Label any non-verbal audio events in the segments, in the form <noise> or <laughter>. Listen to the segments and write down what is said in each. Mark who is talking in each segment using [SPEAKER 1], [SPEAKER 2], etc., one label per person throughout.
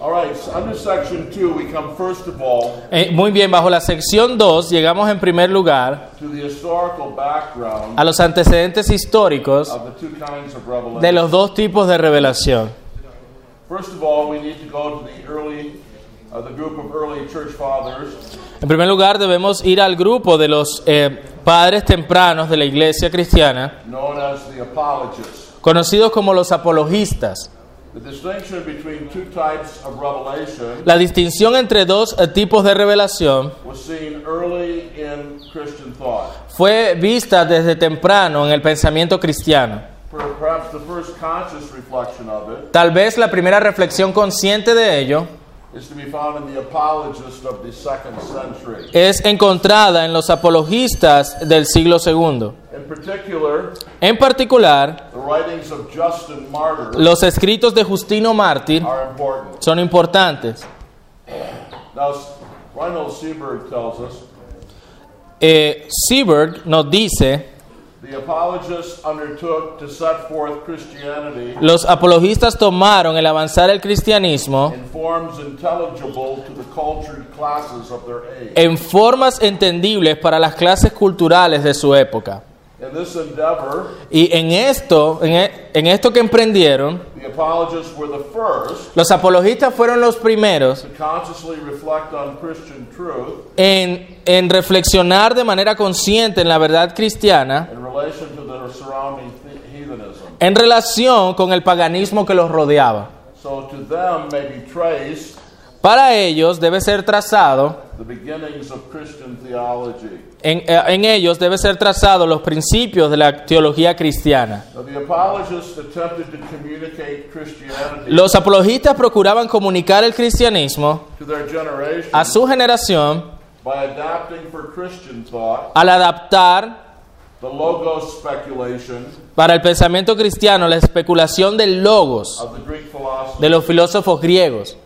[SPEAKER 1] All right, so under section two, we come first of all
[SPEAKER 2] Eh, muy bien, bajo la sección 2 llegamos en primer lugar
[SPEAKER 1] to the historical background
[SPEAKER 2] a los antecedentes históricos
[SPEAKER 1] of the two kinds of
[SPEAKER 2] de
[SPEAKER 1] revelation.
[SPEAKER 2] los dos tipos de revelación.
[SPEAKER 1] First of all, we need to go to the early, uh, the group of early church fathers
[SPEAKER 2] En primer lugar, debemos ir al grupo de los eh, padres tempranos de la iglesia cristiana,
[SPEAKER 1] known as the apologists.
[SPEAKER 2] conocidos como los apologistas.
[SPEAKER 1] The distinction between two types of revelation
[SPEAKER 2] La distinción entre dos eh, tipos de revelación
[SPEAKER 1] was seen early in Christian thought.
[SPEAKER 2] fue vista desde temprano en el pensamiento cristiano.
[SPEAKER 1] Per- Perhaps the first conscious reflection of it
[SPEAKER 2] Tal vez la primera reflexión consciente de ello
[SPEAKER 1] is to be found in the apologists of the second century.
[SPEAKER 2] es encontrada en los apologistas del siglo II.
[SPEAKER 1] In particular,
[SPEAKER 2] En particular,
[SPEAKER 1] the writings of Justin Martyr
[SPEAKER 2] los escritos de Justino Mártir
[SPEAKER 1] are important.
[SPEAKER 2] son importantes.
[SPEAKER 1] Now, S- Reinhold Seberg tells us
[SPEAKER 2] Eh, Seberg nos dice,
[SPEAKER 1] the apologists undertook to set forth Christianity
[SPEAKER 2] los apologistas tomaron el avanzar el cristianismo
[SPEAKER 1] in forms intelligible to the cultured classes of their age.
[SPEAKER 2] en formas entendibles para las clases culturales de su época.
[SPEAKER 1] In this endeavor,
[SPEAKER 2] Y en esto, en, e- en esto que emprendieron,
[SPEAKER 1] the apologists were the first
[SPEAKER 2] los apologistas fueron los primeros
[SPEAKER 1] to consciously reflect on Christian truth
[SPEAKER 2] en, en reflexionar de manera consciente en la verdad cristiana
[SPEAKER 1] in relation to their surrounding th- heathenism.
[SPEAKER 2] en relación con el paganismo que los rodeaba.
[SPEAKER 1] So to them may be traced
[SPEAKER 2] Para ellos debe ser trazado,
[SPEAKER 1] the beginnings of Christian theology.
[SPEAKER 2] en, eh, en ellos debe ser trazado los principios de la teología cristiana.
[SPEAKER 1] Now, the apologists attempted to communicate Christianity
[SPEAKER 2] Los apologistas procuraban comunicar el cristianismo
[SPEAKER 1] to their generation
[SPEAKER 2] a su generación
[SPEAKER 1] by adapting for Christian thought
[SPEAKER 2] al adaptar
[SPEAKER 1] the logos speculation
[SPEAKER 2] para el pensamiento cristiano la especulación del logos
[SPEAKER 1] of the Greek philosophers.
[SPEAKER 2] de los filósofos griegos.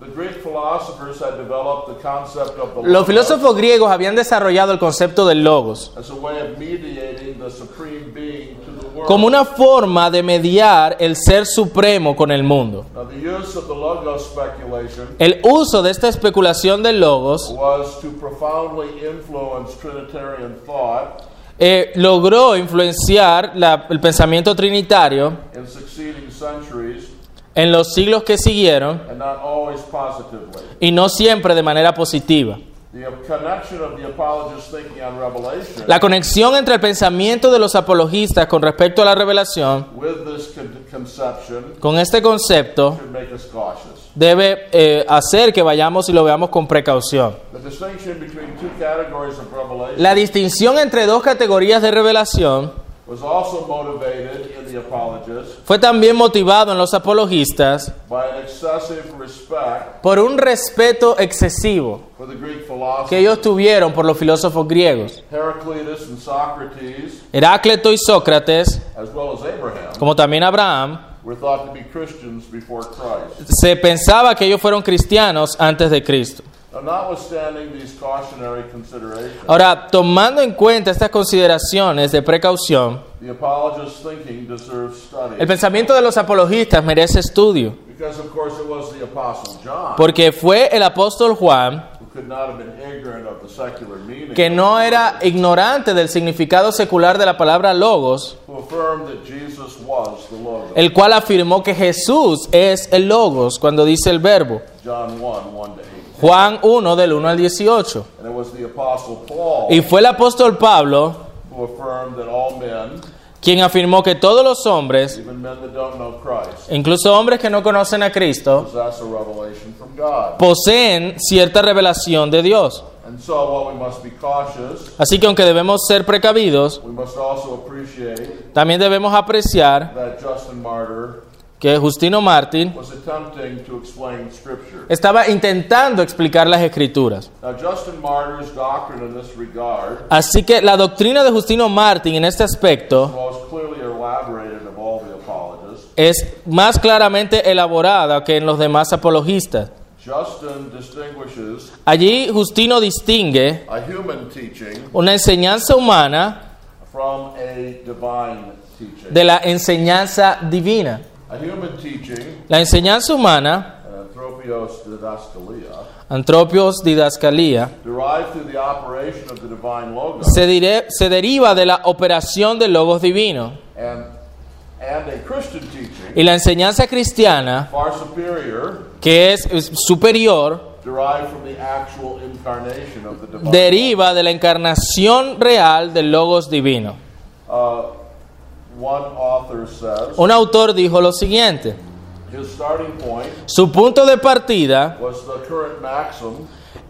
[SPEAKER 1] The Greek philosophers had developed the concept of the
[SPEAKER 2] Los
[SPEAKER 1] logos
[SPEAKER 2] filósofos griegos habían desarrollado el concepto del logos
[SPEAKER 1] as a way of mediating the supreme being to the world.
[SPEAKER 2] como una forma de mediar el ser supremo con el mundo.
[SPEAKER 1] Now, the use of the logos speculation
[SPEAKER 2] El uso de esta especulación del logos
[SPEAKER 1] was to profoundly influence Trinitarian thought
[SPEAKER 2] eh, logró influenciar la- el pensamiento trinitario
[SPEAKER 1] in succeeding centuries,
[SPEAKER 2] en los siglos que siguieron
[SPEAKER 1] and not always positively.
[SPEAKER 2] y no siempre de manera positiva.
[SPEAKER 1] The connection of the apologist thinking on revelation
[SPEAKER 2] La conexión entre el pensamiento de los apologistas con respecto a la revelación,
[SPEAKER 1] with this con- conception
[SPEAKER 2] con este concepto,
[SPEAKER 1] should make us cautious.
[SPEAKER 2] debe eh, hacer que vayamos y lo veamos con precaución.
[SPEAKER 1] The distinction between two categories of revelation
[SPEAKER 2] La distinción entre dos categorías de revelación
[SPEAKER 1] was also motivated in the apologist
[SPEAKER 2] fue también motivado en los apologistas
[SPEAKER 1] by an excessive respect
[SPEAKER 2] por un respeto excesivo
[SPEAKER 1] for the Greek
[SPEAKER 2] que
[SPEAKER 1] philosophers
[SPEAKER 2] ellos tuvieron por los filósofos griegos.
[SPEAKER 1] Heraclitus and Socrates,
[SPEAKER 2] Heráclito y Sócrates,
[SPEAKER 1] as well as Abraham,
[SPEAKER 2] como también Abraham,
[SPEAKER 1] were thought to be Christians before Christ.
[SPEAKER 2] se pensaba que ellos fueron cristianos antes de Cristo.
[SPEAKER 1] Now, notwithstanding these cautionary considerations,
[SPEAKER 2] Ahora, tomando en cuenta estas consideraciones de precaución,
[SPEAKER 1] the apologist thinking deserves
[SPEAKER 2] el
[SPEAKER 1] study.
[SPEAKER 2] pensamiento de los apologistas merece estudio,
[SPEAKER 1] Because, of course, it was the Apostle John
[SPEAKER 2] porque fue el apóstol Juan
[SPEAKER 1] who could not have been ignorant of the secular meaning,
[SPEAKER 2] que no era ignorante del significado secular de la palabra logos,
[SPEAKER 1] who affirmed that Jesus was the Logos.
[SPEAKER 2] el cual afirmó que Jesús es el logos cuando dice el verbo.
[SPEAKER 1] John 1, 1 to 8.
[SPEAKER 2] Juan 1 del 1 al 18.
[SPEAKER 1] And it was the Apostle Paul
[SPEAKER 2] Y fue el apóstol Pablo
[SPEAKER 1] who affirmed that all men,
[SPEAKER 2] quien afirmó que todos los hombres,
[SPEAKER 1] even men that don't know Christ,
[SPEAKER 2] incluso hombres que no conocen a Cristo,
[SPEAKER 1] possess a revelation from God.
[SPEAKER 2] poseen cierta revelación de Dios.
[SPEAKER 1] And so, while we must be cautious,
[SPEAKER 2] Así que aunque debemos ser precavidos,
[SPEAKER 1] we must also appreciate
[SPEAKER 2] también debemos apreciar
[SPEAKER 1] that Justin Martyr
[SPEAKER 2] que Justino Martín
[SPEAKER 1] was attempting to explain Scripture.
[SPEAKER 2] estaba intentando explicar las escrituras.
[SPEAKER 1] Now, Justin Martyr's doctrine in this regard
[SPEAKER 2] Así que la doctrina de Justino Martín en este aspecto
[SPEAKER 1] most clearly elaborated of all the apologists.
[SPEAKER 2] es más claramente elaborada que en los demás apologistas.
[SPEAKER 1] Justin distinguishes
[SPEAKER 2] Allí Justino distingue
[SPEAKER 1] a human teaching
[SPEAKER 2] una enseñanza humana
[SPEAKER 1] from a divine teaching.
[SPEAKER 2] de la enseñanza divina.
[SPEAKER 1] a human teaching,
[SPEAKER 2] La enseñanza humana
[SPEAKER 1] anthropia anthropios didaskalia,
[SPEAKER 2] antropios didascalía,
[SPEAKER 1] derived through the operation of the divine logos,
[SPEAKER 2] se, dire- se deriva de la operación del logos divino.
[SPEAKER 1] and, and a Christian teaching,
[SPEAKER 2] Y la enseñanza cristiana,
[SPEAKER 1] far superior,
[SPEAKER 2] que es es superior,
[SPEAKER 1] derived from the actual incarnation of the divine
[SPEAKER 2] deriva de la encarnación real del logos divino.
[SPEAKER 1] Uh, one author says
[SPEAKER 2] Un autor dijo lo siguiente,
[SPEAKER 1] his starting point
[SPEAKER 2] su punto de partida
[SPEAKER 1] was the current maxim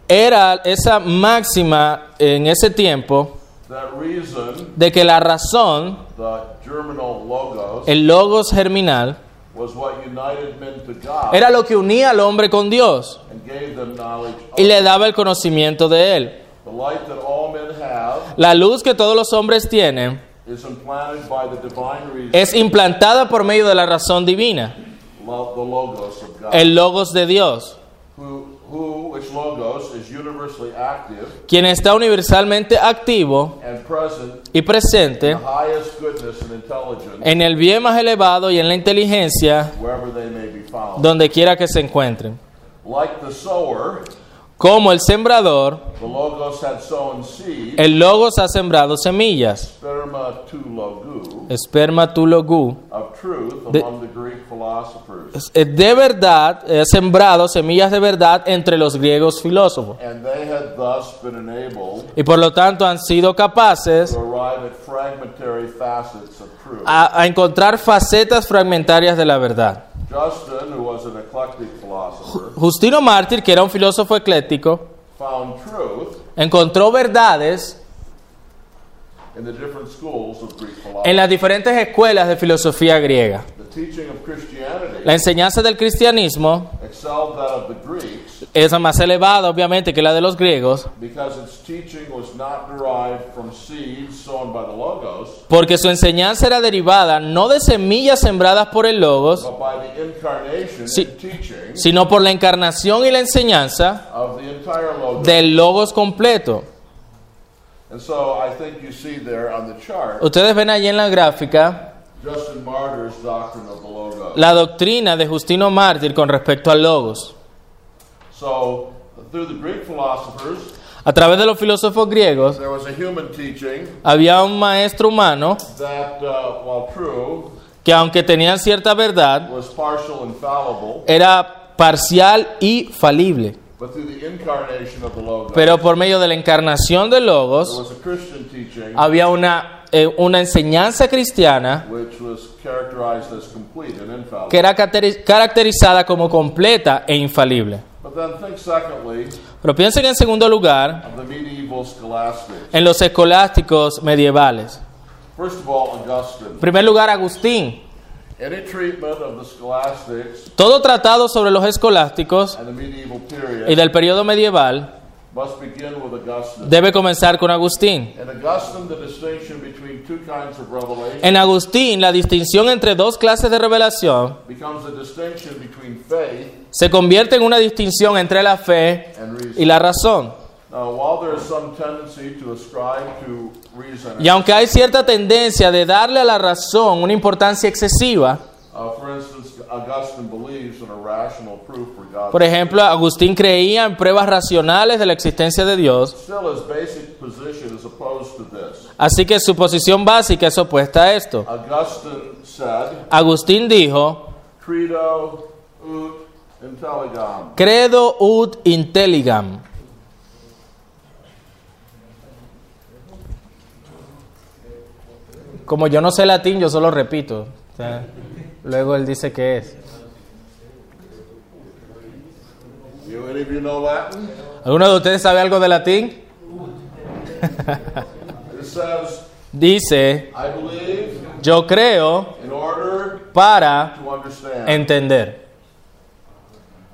[SPEAKER 2] era esa máxima en ese tiempo
[SPEAKER 1] that reason,
[SPEAKER 2] de que la razón,
[SPEAKER 1] the germinal logos,
[SPEAKER 2] el logos germinal,
[SPEAKER 1] was what united men to God
[SPEAKER 2] era lo que unía al hombre con Dios
[SPEAKER 1] and gave them knowledge of
[SPEAKER 2] y le daba el conocimiento de él.
[SPEAKER 1] the light that all men have
[SPEAKER 2] La luz que todos los hombres tienen
[SPEAKER 1] is implanted by the divine reason,
[SPEAKER 2] es implantada por medio de la razón divina,
[SPEAKER 1] lo- the logos of God,
[SPEAKER 2] el logos de Dios,
[SPEAKER 1] who, who, which logos is universally active
[SPEAKER 2] quien está universalmente activo
[SPEAKER 1] and present
[SPEAKER 2] y presente
[SPEAKER 1] in the highest goodness and intelligence
[SPEAKER 2] en el bien más elevado y en la inteligencia
[SPEAKER 1] wherever they may be found.
[SPEAKER 2] donde quiera que se encuentren.
[SPEAKER 1] Like the sower,
[SPEAKER 2] Como el sembrador,
[SPEAKER 1] The Logos had sown seed,
[SPEAKER 2] el logos ha sembrado semillas,
[SPEAKER 1] sperma tu logu,
[SPEAKER 2] espermatulogú,
[SPEAKER 1] of truth
[SPEAKER 2] The-
[SPEAKER 1] among the Greek philosophers.
[SPEAKER 2] eh, de verdad, eh, ha sembrado semillas de verdad entre los griegos filósofos.
[SPEAKER 1] And they had thus been enabled
[SPEAKER 2] Y por lo tanto han sido capaces
[SPEAKER 1] to arrive at fragmentary facets of truth.
[SPEAKER 2] a, a encontrar facetas fragmentarias de la verdad.
[SPEAKER 1] Justin, who was an eclectic philosopher,
[SPEAKER 2] Justino Mártir, que era un filósofo ecléctico,
[SPEAKER 1] found truth
[SPEAKER 2] encontró verdades
[SPEAKER 1] in the different schools of Greek
[SPEAKER 2] en
[SPEAKER 1] philosophy.
[SPEAKER 2] las diferentes escuelas de filosofía griega.
[SPEAKER 1] The teaching of
[SPEAKER 2] La
[SPEAKER 1] Christianity
[SPEAKER 2] enseñanza del cristianismo
[SPEAKER 1] excelled that of the Greeks
[SPEAKER 2] es la más elevada, obviamente, que la de los griegos,
[SPEAKER 1] because its teaching was not derived from seeds sown by the Logos,
[SPEAKER 2] porque su enseñanza era derivada no de semillas sembradas por el Logos,
[SPEAKER 1] but by the incarnation
[SPEAKER 2] Sí.
[SPEAKER 1] and teaching
[SPEAKER 2] sino por la encarnación y la enseñanza
[SPEAKER 1] of the entire logos.
[SPEAKER 2] del Logos completo.
[SPEAKER 1] and so I think you see there on the chart
[SPEAKER 2] Ustedes ven allí en la gráfica
[SPEAKER 1] Justin Martyr's doctrine of the logos.
[SPEAKER 2] la doctrina de Justino Mártir con respecto al Logos.
[SPEAKER 1] so through the Greek philosophers,
[SPEAKER 2] A través de los filósofos griegos,
[SPEAKER 1] there was a human teaching
[SPEAKER 2] había un maestro humano
[SPEAKER 1] that, uh, while true,
[SPEAKER 2] que aunque tenían cierta verdad,
[SPEAKER 1] was partial and fallible,
[SPEAKER 2] era parcial y falible.
[SPEAKER 1] but through the incarnation of the logos,
[SPEAKER 2] Pero por medio de la encarnación de
[SPEAKER 1] there
[SPEAKER 2] Logos
[SPEAKER 1] was a Christian teaching
[SPEAKER 2] había una, eh, una enseñanza cristiana
[SPEAKER 1] which was characterized as complete and infallible.
[SPEAKER 2] que era cateri- caracterizada como completa e infalible.
[SPEAKER 1] but then think secondly
[SPEAKER 2] Pero piensen en segundo lugar
[SPEAKER 1] of the medieval scholastics.
[SPEAKER 2] en los escolásticos medievales.
[SPEAKER 1] First of all, Augustine.
[SPEAKER 2] En primer lugar, Agustín.
[SPEAKER 1] Any treatment of the scholastics
[SPEAKER 2] Todo tratado sobre los escolásticos
[SPEAKER 1] and the medieval
[SPEAKER 2] y
[SPEAKER 1] period
[SPEAKER 2] del periodo medieval
[SPEAKER 1] must begin with Augustine.
[SPEAKER 2] debe comenzar con Agustín.
[SPEAKER 1] In Augustine, the distinction between two kinds of revelation
[SPEAKER 2] En Agustín, la distinción entre dos clases de revelación
[SPEAKER 1] becomes a distinction between faith
[SPEAKER 2] se convierte en una distinción entre la fe
[SPEAKER 1] and
[SPEAKER 2] y
[SPEAKER 1] reason.
[SPEAKER 2] la razón.
[SPEAKER 1] Now, while there is some tendency to ascribe to reason,
[SPEAKER 2] Y aunque hay cierta tendencia de darle a la razón una importancia excesiva,
[SPEAKER 1] uh, for instance, Augustine believes in a rational proof for God.
[SPEAKER 2] por ejemplo, Agustín creía en pruebas racionales de la existencia de Dios,
[SPEAKER 1] Still, his basic position is opposed to this.
[SPEAKER 2] así que su posición básica es opuesta a esto.
[SPEAKER 1] Augustine said,
[SPEAKER 2] Agustín dijo,
[SPEAKER 1] Credo ut intelligam.
[SPEAKER 2] credo ut intelligam, Como yo no sé latín, yo solo repito. O sea, Luego él dice que es.
[SPEAKER 1] You, any of you know Latin?
[SPEAKER 2] ¿Alguno de ustedes sabe algo de latín?
[SPEAKER 1] It says,
[SPEAKER 2] Dice,
[SPEAKER 1] I believe
[SPEAKER 2] yo creo
[SPEAKER 1] in order
[SPEAKER 2] para
[SPEAKER 1] to understand.
[SPEAKER 2] entender.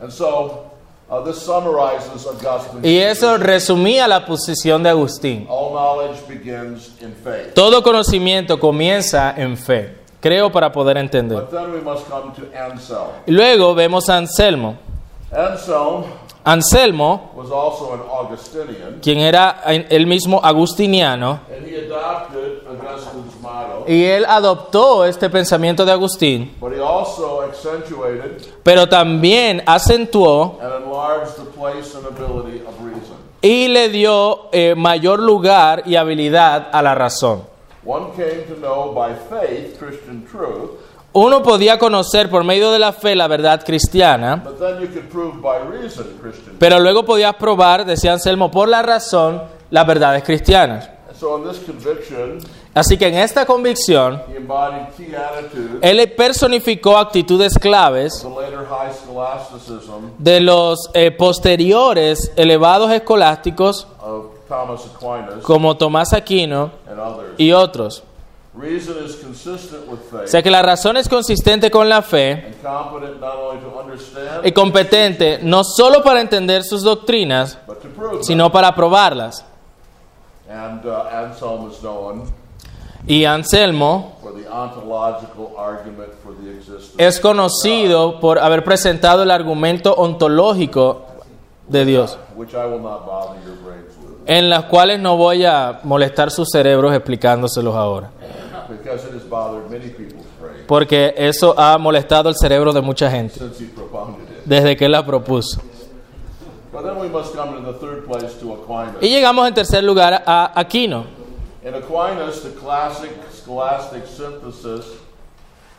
[SPEAKER 1] and so uh, this summarizes Augustine's
[SPEAKER 2] Y eso resumía la posición de Agustín.
[SPEAKER 1] all knowledge begins in faith.
[SPEAKER 2] Todo conocimiento comienza en fe. Creo para poder entender.
[SPEAKER 1] But then we must come to Anselm.
[SPEAKER 2] Y Luego vemos a Anselmo.
[SPEAKER 1] Anselm
[SPEAKER 2] Anselmo,
[SPEAKER 1] was also an Augustinian,
[SPEAKER 2] quien era el mismo agustiniano,
[SPEAKER 1] and he adopted Augustine's motto,
[SPEAKER 2] y él adoptó este pensamiento de Agustín,
[SPEAKER 1] but he also accentuated
[SPEAKER 2] pero también acentuó
[SPEAKER 1] and enlarged the place and ability of reason.
[SPEAKER 2] y le dio eh, mayor lugar y habilidad a la razón.
[SPEAKER 1] One came to know by faith Christian truth,
[SPEAKER 2] Uno podía conocer por medio de la fe la verdad cristiana,
[SPEAKER 1] but then you could prove by reason Christian truth.
[SPEAKER 2] pero luego podías probar, decía Anselmo, por la razón las verdades cristianas.
[SPEAKER 1] So in this conviction,
[SPEAKER 2] Así que en esta convicción,
[SPEAKER 1] he embodied key attitudes
[SPEAKER 2] él personificó actitudes
[SPEAKER 1] of
[SPEAKER 2] claves
[SPEAKER 1] the later high scholasticism
[SPEAKER 2] de los eh, posteriores elevados escolásticos
[SPEAKER 1] of Thomas Aquinas
[SPEAKER 2] como Tomás Aquino
[SPEAKER 1] and others.
[SPEAKER 2] y otros.
[SPEAKER 1] Reason is consistent with
[SPEAKER 2] O
[SPEAKER 1] faith
[SPEAKER 2] sea que la razón es consistente con la fe
[SPEAKER 1] and competent not only to understand
[SPEAKER 2] y competente no solo para entender sus doctrinas,
[SPEAKER 1] but to prove them.
[SPEAKER 2] sino para probarlas.
[SPEAKER 1] And uh, Anselm is known
[SPEAKER 2] Y Anselmo
[SPEAKER 1] for the ontological argument for the existence.
[SPEAKER 2] es conocido por haber presentado el argumento ontológico de Dios,
[SPEAKER 1] which I will not bother your brains with,
[SPEAKER 2] en las cuales no voy a molestar sus cerebros explicándoselos ahora,
[SPEAKER 1] because it has bothered many people's brains
[SPEAKER 2] porque eso ha molestado el cerebro de mucha gente
[SPEAKER 1] since he propounded it.
[SPEAKER 2] desde que la propuso.
[SPEAKER 1] But then we must come to the third place to Aquinas.
[SPEAKER 2] Y llegamos en tercer lugar a Aquino.
[SPEAKER 1] In Aquinas, the classic scholastic synthesis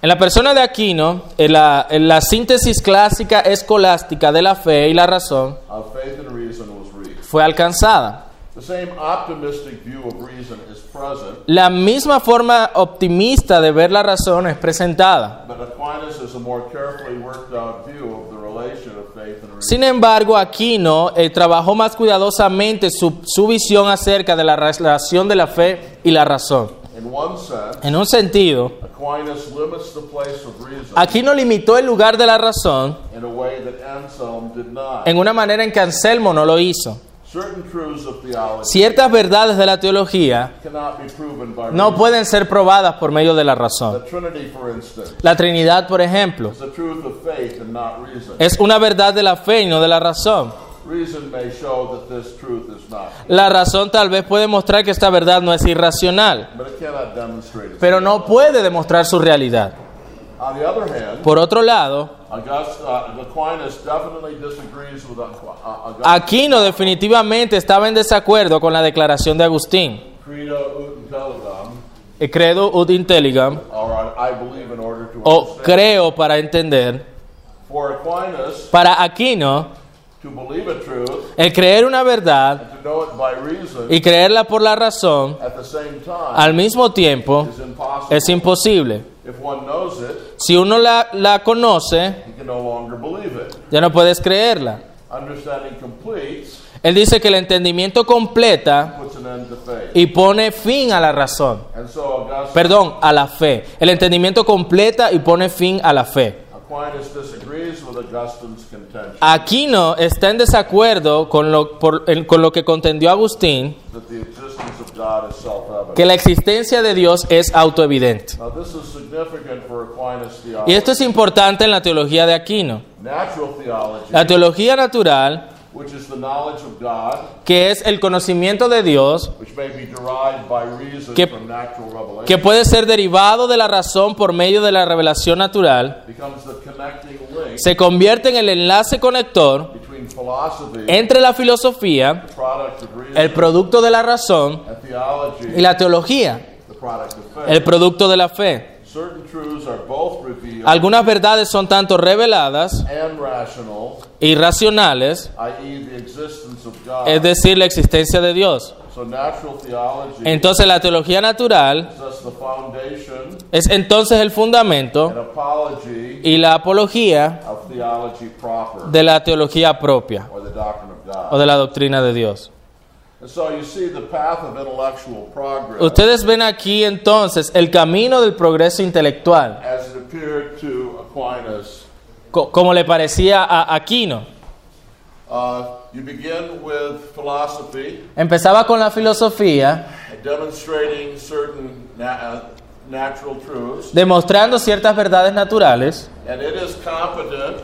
[SPEAKER 2] En la persona de Aquino, en la, en la síntesis clásica escolástica de la fe y la razón
[SPEAKER 1] of faith and reason was reached.
[SPEAKER 2] fue alcanzada.
[SPEAKER 1] The same optimistic view of reason is present,
[SPEAKER 2] La misma forma optimista de ver la razón es presentada.
[SPEAKER 1] but Aquinas is a more carefully worked out view of the relation of faith and reason.
[SPEAKER 2] Sin embargo, Aquino eh, trabajó más cuidadosamente su, su visión acerca de la relación de la fe y la razón.
[SPEAKER 1] In one sense,
[SPEAKER 2] En un sentido,
[SPEAKER 1] Aquinas limits the place of reason
[SPEAKER 2] Aquino limitó el lugar de la razón
[SPEAKER 1] in a way that Anselm did not.
[SPEAKER 2] en una manera en que Anselmo no lo hizo.
[SPEAKER 1] Certain truths of theology
[SPEAKER 2] Ciertas verdades de la teología
[SPEAKER 1] cannot be proven by
[SPEAKER 2] no pueden ser probadas por medio de la razón.
[SPEAKER 1] The Trinity, for instance,
[SPEAKER 2] La Trinidad, por ejemplo,
[SPEAKER 1] is the truth of faith and not reason.
[SPEAKER 2] es una verdad de la fe y no de la razón.
[SPEAKER 1] Reason may show that this truth is not,
[SPEAKER 2] La razón tal vez puede mostrar que esta verdad no es irracional,
[SPEAKER 1] but it cannot demonstrate it.
[SPEAKER 2] pero no puede demostrar su realidad.
[SPEAKER 1] On the other hand,
[SPEAKER 2] Por otro lado,
[SPEAKER 1] August, uh, Aquinas definitely disagrees with Aqu- uh, Augustine.
[SPEAKER 2] Aquino definitivamente estaba en desacuerdo con la declaración de Agustín.
[SPEAKER 1] Credo ut intelligam,
[SPEAKER 2] El credo ut intelligam,
[SPEAKER 1] or uh, I I believe in order to
[SPEAKER 2] o
[SPEAKER 1] understand.
[SPEAKER 2] creo para entender.
[SPEAKER 1] For Aquinas,
[SPEAKER 2] Para Aquino,
[SPEAKER 1] to believe a truth
[SPEAKER 2] el creer una verdad
[SPEAKER 1] and to know it by reason
[SPEAKER 2] y creerla por la razón
[SPEAKER 1] at the same time
[SPEAKER 2] al mismo tiempo
[SPEAKER 1] is impossible.
[SPEAKER 2] es imposible.
[SPEAKER 1] If one knows it,
[SPEAKER 2] Si uno la, la conoce,
[SPEAKER 1] he can no longer believe it.
[SPEAKER 2] ya no puedes creerla.
[SPEAKER 1] Understanding completes
[SPEAKER 2] Él dice que el entendimiento completa
[SPEAKER 1] puts an end to faith.
[SPEAKER 2] y pone fin a la razón.
[SPEAKER 1] And so Augustine,
[SPEAKER 2] Perdón, a la fe. El entendimiento completa y pone fin a la fe.
[SPEAKER 1] Aquinas disagrees with Augustine's contention
[SPEAKER 2] Aquino está en desacuerdo con lo, por- el- con lo que contendió Agustín,
[SPEAKER 1] that the existence of God is self-evident.
[SPEAKER 2] que la existencia de Dios es autoevidente.
[SPEAKER 1] Now this is significant for Aquinas
[SPEAKER 2] Y
[SPEAKER 1] theology.
[SPEAKER 2] esto es importante en la teología de Aquino.
[SPEAKER 1] Natural theology,
[SPEAKER 2] La teología natural,
[SPEAKER 1] which is the knowledge of God,
[SPEAKER 2] que es el conocimiento de Dios,
[SPEAKER 1] which may be derived by reason
[SPEAKER 2] Que-
[SPEAKER 1] from natural revelation,
[SPEAKER 2] que puede ser derivado de la razón por medio de la revelación natural,
[SPEAKER 1] becomes the connecting link
[SPEAKER 2] se convierte en el enlace conector
[SPEAKER 1] between philosophy,
[SPEAKER 2] entre la filosofía,
[SPEAKER 1] the product of reason,
[SPEAKER 2] el producto de la razón,
[SPEAKER 1] and
[SPEAKER 2] y
[SPEAKER 1] theology,
[SPEAKER 2] la teología,
[SPEAKER 1] the product of faith.
[SPEAKER 2] el producto de la fe.
[SPEAKER 1] Certain truths are both revealed
[SPEAKER 2] Algunas verdades son tanto reveladas
[SPEAKER 1] and rational,
[SPEAKER 2] y racionales,
[SPEAKER 1] i.e., the existence of God.
[SPEAKER 2] es decir, la existencia de Dios.
[SPEAKER 1] So natural theology
[SPEAKER 2] Entonces la teología natural
[SPEAKER 1] gives us the foundation
[SPEAKER 2] es entonces el
[SPEAKER 1] and
[SPEAKER 2] fundamento
[SPEAKER 1] apology
[SPEAKER 2] y la apología
[SPEAKER 1] of theology proper,
[SPEAKER 2] de la teología propia
[SPEAKER 1] or the doctrine of
[SPEAKER 2] o
[SPEAKER 1] God.
[SPEAKER 2] de la doctrina de Dios.
[SPEAKER 1] And so you see the path of intellectual progress
[SPEAKER 2] Ustedes ven aquí entonces el camino del progreso intelectual,
[SPEAKER 1] as it appeared to Aquinas.
[SPEAKER 2] co- como le parecía a Aquino.
[SPEAKER 1] Uh, you begin with philosophy,
[SPEAKER 2] Empezaba con la filosofía,
[SPEAKER 1] demonstrating certain na- uh, natural truths,
[SPEAKER 2] demostrando ciertas verdades naturales,
[SPEAKER 1] and it is competent.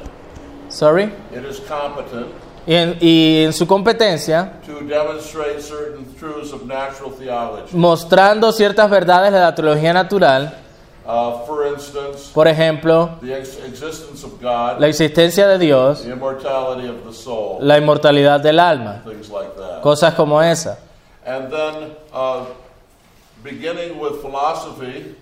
[SPEAKER 2] sorry,
[SPEAKER 1] It is competent
[SPEAKER 2] y en, y en su competencia,
[SPEAKER 1] to demonstrate certain truths of natural theology.
[SPEAKER 2] mostrando ciertas verdades de la teología natural,
[SPEAKER 1] Uh, for instance,
[SPEAKER 2] Por ejemplo,
[SPEAKER 1] the ex- existence of God,
[SPEAKER 2] la existencia de Dios,
[SPEAKER 1] the immortality of the soul,
[SPEAKER 2] la inmortalidad del alma,
[SPEAKER 1] things like that.
[SPEAKER 2] cosas como esa.
[SPEAKER 1] And then, uh, beginning with philosophy,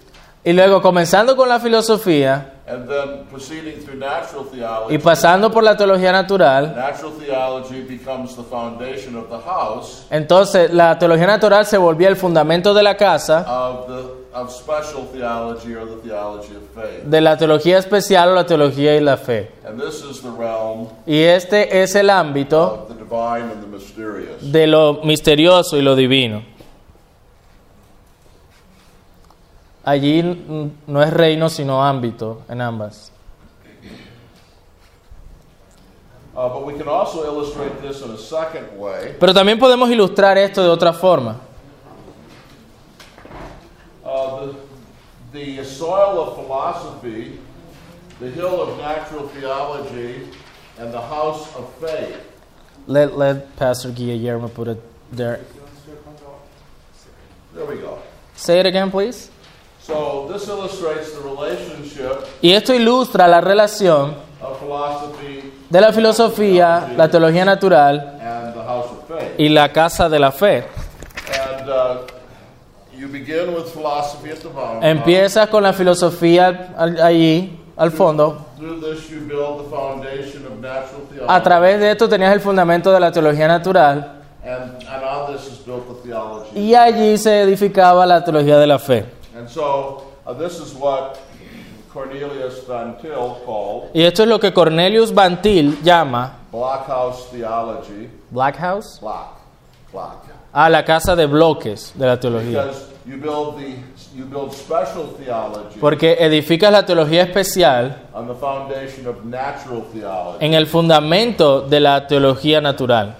[SPEAKER 2] Y luego, comenzando con la filosofía
[SPEAKER 1] and then proceeding through natural
[SPEAKER 2] y
[SPEAKER 1] theology.
[SPEAKER 2] pasando por la teología natural,
[SPEAKER 1] Natural theology becomes the foundation of the house
[SPEAKER 2] entonces la teología natural se volvía el fundamento de la casa,
[SPEAKER 1] of the of special theology or the theology of faith.
[SPEAKER 2] de la teología especial o la teología y la fe.
[SPEAKER 1] And this is the realm
[SPEAKER 2] Y este es el ámbito
[SPEAKER 1] of the divine and the mysterious.
[SPEAKER 2] de lo misterioso y lo divino. Allí mm, no es reino sino ámbito en ambas.
[SPEAKER 1] Uh, but we can also illustrate this in a second way.
[SPEAKER 2] Pero también podemos ilustrar esto de otra forma.
[SPEAKER 1] Uh, the, the soil of philosophy, the hill of natural theology, and the house of faith.
[SPEAKER 2] Let, let Pastor Guillermo put it there.
[SPEAKER 1] There we go.
[SPEAKER 2] Say it again, please.
[SPEAKER 1] So this illustrates the relationship
[SPEAKER 2] Y esto ilustra la relación
[SPEAKER 1] of philosophy
[SPEAKER 2] de la filosofía, la teología natural
[SPEAKER 1] and the house of faith.
[SPEAKER 2] y la casa de la fe.
[SPEAKER 1] And uh, you begin with philosophy at the bottom.
[SPEAKER 2] Empiezas con la filosofía al- allí, al fondo.
[SPEAKER 1] Uh, Through this, you build the foundation of natural theology.
[SPEAKER 2] A través de esto tenías el fundamento de la teología natural.
[SPEAKER 1] and, and on this is built the theology.
[SPEAKER 2] Y allí se edificaba la teología de la fe.
[SPEAKER 1] And so uh, this is what Cornelius Van Til called
[SPEAKER 2] Y esto es lo que Cornelius Bantil llama
[SPEAKER 1] blockhouse theology.
[SPEAKER 2] Black House.
[SPEAKER 1] Block, block.
[SPEAKER 2] A la casa de bloques de la teología.
[SPEAKER 1] Because you build the you build special theology
[SPEAKER 2] Porque edificas la teología especial
[SPEAKER 1] on the foundation of natural theology.
[SPEAKER 2] en el fundamento de la teología natural.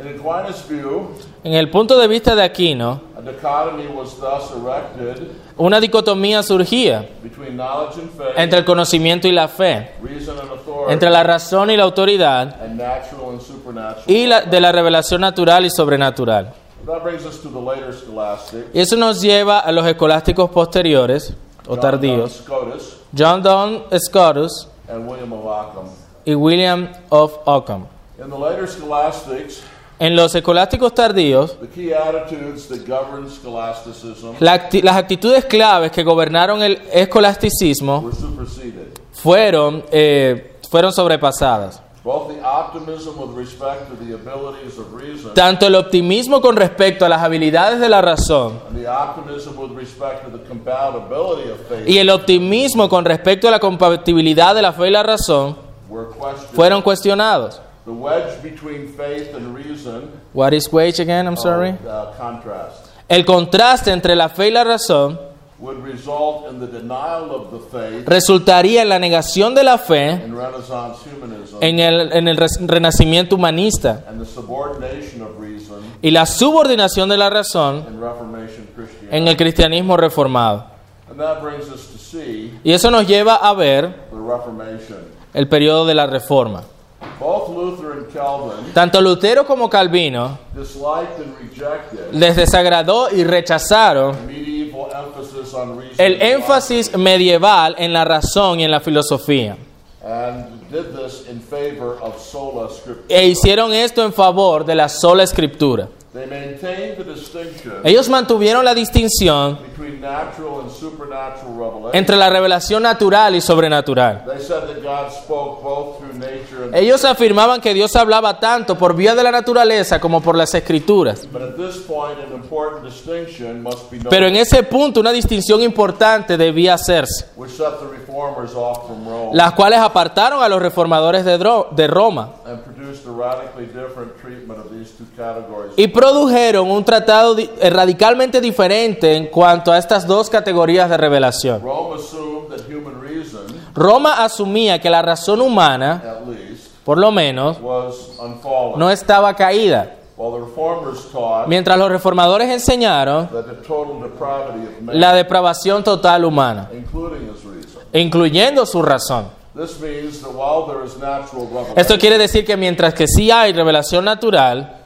[SPEAKER 1] In Aquinas' view,
[SPEAKER 2] En el punto de vista de Aquino,
[SPEAKER 1] a dichotomy was thus erected
[SPEAKER 2] una dicotomía surgía
[SPEAKER 1] between knowledge and faith.
[SPEAKER 2] entre el conocimiento y la fe,
[SPEAKER 1] reason and authority,
[SPEAKER 2] entre la razón y la autoridad,
[SPEAKER 1] and natural and supernatural.
[SPEAKER 2] y la, de la revelación natural y sobrenatural.
[SPEAKER 1] That brings us to the later scholastic,
[SPEAKER 2] Y eso nos lleva a los escolásticos posteriores o
[SPEAKER 1] John uh,
[SPEAKER 2] tardíos,
[SPEAKER 1] Scotus
[SPEAKER 2] John Don Scotus
[SPEAKER 1] and William of Ockham.
[SPEAKER 2] y William of Ockham.
[SPEAKER 1] In the later scholastics,
[SPEAKER 2] En los escolásticos tardíos,
[SPEAKER 1] the key attitudes that govern scholasticism
[SPEAKER 2] la acti- las actitudes claves que gobernaron el escolasticismo
[SPEAKER 1] were superseded.
[SPEAKER 2] fueron, eh, fueron sobrepasadas.
[SPEAKER 1] Both the optimism with respect to the abilities of reason
[SPEAKER 2] Tanto el optimismo con respecto a las habilidades de la razón
[SPEAKER 1] and the optimism with respect to the compatibility of
[SPEAKER 2] y
[SPEAKER 1] faith
[SPEAKER 2] el optimismo con respecto a la compatibilidad de la fe y la razón
[SPEAKER 1] were questioned.
[SPEAKER 2] fueron cuestionados.
[SPEAKER 1] the wedge between faith and reason
[SPEAKER 2] What is wage again? I'm sorry.
[SPEAKER 1] uh, contrast
[SPEAKER 2] El contraste entre la fe y la razón
[SPEAKER 1] would result in the denial of the faith
[SPEAKER 2] resultaría en la negación de la fe,
[SPEAKER 1] in Renaissance humanism
[SPEAKER 2] en el, en el res- renacimiento humanista
[SPEAKER 1] and the subordination of reason
[SPEAKER 2] y la subordinación de la razón
[SPEAKER 1] in Reformation Christianity.
[SPEAKER 2] en el cristianismo reformado.
[SPEAKER 1] And that brings us to see
[SPEAKER 2] Y eso nos lleva a ver
[SPEAKER 1] the Reformation.
[SPEAKER 2] el periodo de la reforma.
[SPEAKER 1] Both Luther and Calvin
[SPEAKER 2] Tanto Lutero como Calvino
[SPEAKER 1] disliked and rejected
[SPEAKER 2] les desagradó y rechazaron
[SPEAKER 1] the medieval emphasis on reason
[SPEAKER 2] el énfasis medieval en la razón y en la filosofía.
[SPEAKER 1] and did this in favor of sola
[SPEAKER 2] E
[SPEAKER 1] scriptura.
[SPEAKER 2] hicieron esto en favor de la sola escritura.
[SPEAKER 1] They maintained the distinction
[SPEAKER 2] Ellos mantuvieron la distinción
[SPEAKER 1] between natural and supernatural revelation.
[SPEAKER 2] entre la revelación natural y sobrenatural.
[SPEAKER 1] They said that God spoke both through nature and
[SPEAKER 2] Ellos afirmaban que Dios hablaba tanto por vía de la naturaleza como por las escrituras.
[SPEAKER 1] But at this point, an important distinction must be
[SPEAKER 2] Pero en
[SPEAKER 1] noted,
[SPEAKER 2] ese punto una distinción importante debía hacerse,
[SPEAKER 1] which set the reformers off from Rome
[SPEAKER 2] las cuales apartaron a los reformadores de, Dro- de Roma
[SPEAKER 1] and produced a radically different treatment of these two categories.
[SPEAKER 2] y produjeron un tratado di- eh, radicalmente diferente en cuanto a estas dos categorías de revelación.
[SPEAKER 1] Rome assumed that human reason,
[SPEAKER 2] Roma asumía que la razón humana,
[SPEAKER 1] at least,
[SPEAKER 2] por lo menos,
[SPEAKER 1] was unfallen,
[SPEAKER 2] no estaba caída,
[SPEAKER 1] while the reformers taught
[SPEAKER 2] mientras los reformadores enseñaron
[SPEAKER 1] that the total depravity of man,
[SPEAKER 2] la depravación total humana.
[SPEAKER 1] including his reason.
[SPEAKER 2] incluyendo su razón.
[SPEAKER 1] This means that while there is natural revelation,
[SPEAKER 2] Esto quiere decir que mientras que sí hay revelación natural,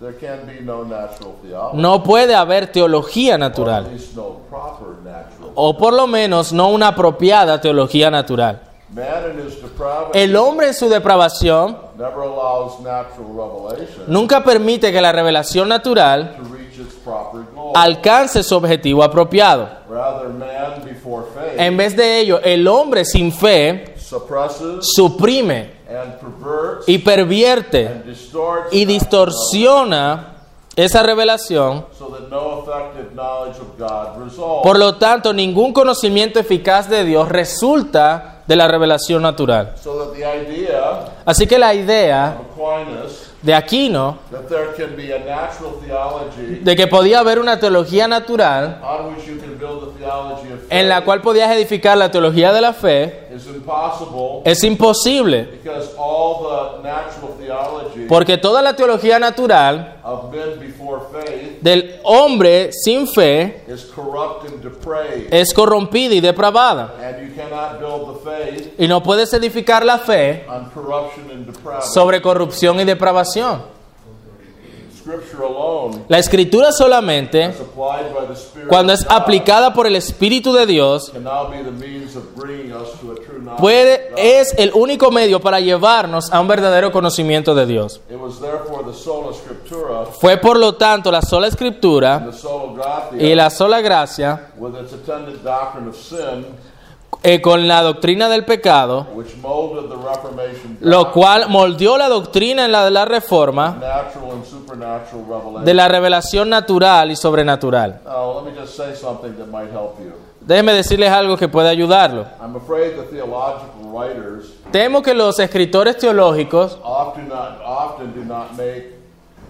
[SPEAKER 1] There can be no natural theology.
[SPEAKER 2] No puede haber teología
[SPEAKER 1] or at
[SPEAKER 2] natural,
[SPEAKER 1] least no proper natural.
[SPEAKER 2] o por lo menos no una apropiada teología natural.
[SPEAKER 1] Man in his depravity
[SPEAKER 2] El hombre en su depravación
[SPEAKER 1] never allows natural revelation
[SPEAKER 2] nunca permite que la revelación natural
[SPEAKER 1] to reach its proper goal.
[SPEAKER 2] alcance su objetivo apropiado.
[SPEAKER 1] Rather, man before faith
[SPEAKER 2] En vez de ello, el hombre sin fe
[SPEAKER 1] suppresses
[SPEAKER 2] suprime
[SPEAKER 1] and perverts
[SPEAKER 2] y pervierte
[SPEAKER 1] and distorts
[SPEAKER 2] y
[SPEAKER 1] natural
[SPEAKER 2] distorsiona esa revelación.
[SPEAKER 1] knowledge so that no effective knowledge of God results.
[SPEAKER 2] Por lo tanto, ningún conocimiento eficaz de Dios resulta de la revelación natural.
[SPEAKER 1] so that the idea
[SPEAKER 2] Así que la idea
[SPEAKER 1] of Aquinas
[SPEAKER 2] de Aquino
[SPEAKER 1] that there can be a natural theology
[SPEAKER 2] de que podía haber una teología natural
[SPEAKER 1] on which you can build a theology of faith
[SPEAKER 2] en la cual podías edificar la teología de la fe
[SPEAKER 1] is impossible
[SPEAKER 2] es imposible,
[SPEAKER 1] because all the natural theology
[SPEAKER 2] porque toda la teología natural
[SPEAKER 1] of men before faith
[SPEAKER 2] del hombre sin fe
[SPEAKER 1] is corrupt and depraved,
[SPEAKER 2] es corrompida y depravada.
[SPEAKER 1] and you cannot build the faith
[SPEAKER 2] Y no puedes edificar la fe
[SPEAKER 1] on corruption and depravity.
[SPEAKER 2] sobre corrupción y depravación.
[SPEAKER 1] Scripture alone,
[SPEAKER 2] La escritura solamente,
[SPEAKER 1] as applied by the Spirit,
[SPEAKER 2] cuando es
[SPEAKER 1] of God,
[SPEAKER 2] aplicada por el Espíritu de Dios,
[SPEAKER 1] can now be the means of bringing us to a true knowledge.
[SPEAKER 2] puede,
[SPEAKER 1] of God.
[SPEAKER 2] es el único medio para llevarnos a un verdadero conocimiento de Dios.
[SPEAKER 1] It was therefore the sola scriptura
[SPEAKER 2] Fue por lo tanto la sola escritura
[SPEAKER 1] and the sola gratia,
[SPEAKER 2] y la sola gracia,
[SPEAKER 1] with its attendant doctrine of sin,
[SPEAKER 2] eh, con la doctrina del pecado,
[SPEAKER 1] which molded the Reformation
[SPEAKER 2] lo
[SPEAKER 1] doctrine
[SPEAKER 2] cual moldeó la doctrina en la de la reforma,
[SPEAKER 1] of natural and supernatural revelation.
[SPEAKER 2] de la revelación natural y sobrenatural.
[SPEAKER 1] Now, let me just say something that might help you.
[SPEAKER 2] Déjenme decirles algo que puede ayudarlo.
[SPEAKER 1] I'm afraid the theological writers
[SPEAKER 2] Temo que los escritores teológicos
[SPEAKER 1] often not often do not make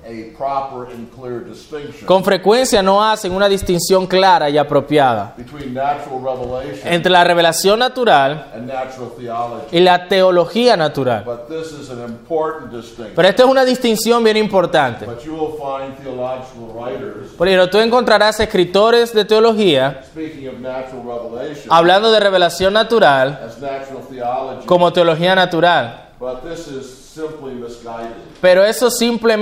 [SPEAKER 1] a proper and clear distinction
[SPEAKER 2] con frecuencia no hacen una distinción clara y apropiada
[SPEAKER 1] between natural revelation
[SPEAKER 2] entre la revelación natural
[SPEAKER 1] and natural theology.
[SPEAKER 2] y la teología natural.
[SPEAKER 1] But this is an important distinction.
[SPEAKER 2] Pero esta es una distinción bien importante.
[SPEAKER 1] But you will find theological writers
[SPEAKER 2] Pero tú encontrarás escritores de teología
[SPEAKER 1] speaking of natural revelation
[SPEAKER 2] hablando de revelación natural
[SPEAKER 1] as natural theology,
[SPEAKER 2] como teología natural.
[SPEAKER 1] but this is simply misguided.
[SPEAKER 2] Pero eso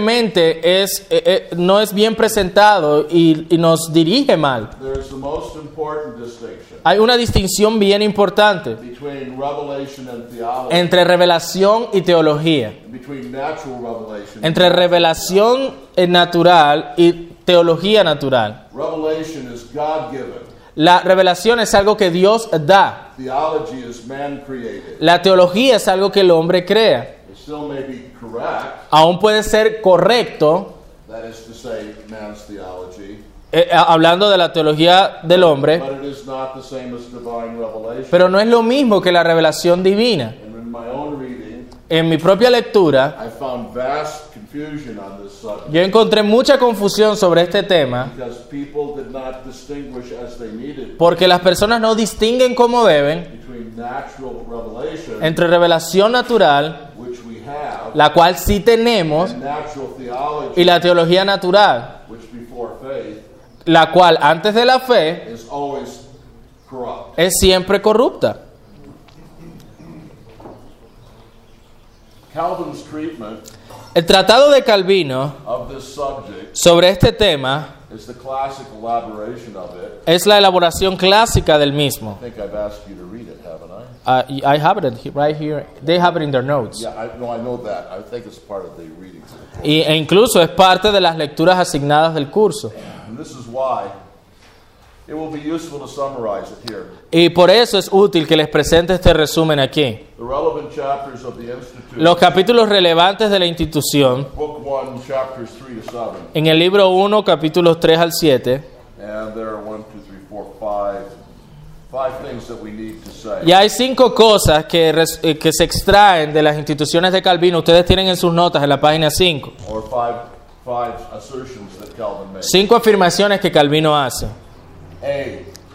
[SPEAKER 2] simplemente es, eh, eh, no es bien presentado y, y nos dirige mal.
[SPEAKER 1] There's the most important distinction
[SPEAKER 2] Hay una distinción bien importante
[SPEAKER 1] between revelation and theology,
[SPEAKER 2] entre revelación y teología.
[SPEAKER 1] between natural revelation.
[SPEAKER 2] entre revelación eh, natural y teología natural.
[SPEAKER 1] revelation is God given.
[SPEAKER 2] La revelación es algo que Dios da.
[SPEAKER 1] Theology is man created.
[SPEAKER 2] La teología es algo que el hombre crea.
[SPEAKER 1] It still may be correct,
[SPEAKER 2] Aún puede ser correcto,
[SPEAKER 1] that is to say, man's theology,
[SPEAKER 2] eh, a- hablando de la teología del hombre,
[SPEAKER 1] but it is not the same as divine revelation.
[SPEAKER 2] pero no es lo mismo que la revelación divina.
[SPEAKER 1] and in my own reading,
[SPEAKER 2] En mi propia lectura,
[SPEAKER 1] I found vast confusion on this subject
[SPEAKER 2] yo encontré mucha confusión sobre este tema
[SPEAKER 1] because people did not distinguish as they needed
[SPEAKER 2] porque las personas no distinguen como deben
[SPEAKER 1] between natural revelation,
[SPEAKER 2] entre revelación natural,
[SPEAKER 1] which we have,
[SPEAKER 2] la cual sí tenemos,
[SPEAKER 1] and natural theology,
[SPEAKER 2] y la teología natural.
[SPEAKER 1] which before faith
[SPEAKER 2] la cual antes de la fe
[SPEAKER 1] is always corrupt.
[SPEAKER 2] es siempre corrupta.
[SPEAKER 1] Calvin's treatment
[SPEAKER 2] El tratado de Calvino
[SPEAKER 1] of this subject
[SPEAKER 2] sobre este tema
[SPEAKER 1] is the classic elaboration of it.
[SPEAKER 2] es la elaboración clásica del
[SPEAKER 1] I
[SPEAKER 2] mismo.
[SPEAKER 1] think I've asked you to read it, haven't I?
[SPEAKER 2] Ah, y- I have it right here. They have it in their notes.
[SPEAKER 1] Yeah, I, no, I know that. I think it's part of the reading.
[SPEAKER 2] Y- e incluso es parte de las lecturas asignadas del curso.
[SPEAKER 1] And this is why it will be useful to summarize it here.
[SPEAKER 2] Y por eso es útil que les presente este resumen aquí.
[SPEAKER 1] The relevant chapters of the Institute,
[SPEAKER 2] Los capítulos relevantes de la institución
[SPEAKER 1] Book 1, chapters 3 to 7.
[SPEAKER 2] en el libro 1, capítulos 3 al 7.
[SPEAKER 1] And there are one, two, three, four, five, five things that we need to say.
[SPEAKER 2] Y hay cinco cosas que, res- eh, que se extraen de las instituciones de Calvino. Ustedes tienen en sus notas en la página 5.
[SPEAKER 1] Or five, five assertions that Calvin made.
[SPEAKER 2] Cinco afirmaciones que Calvino hace.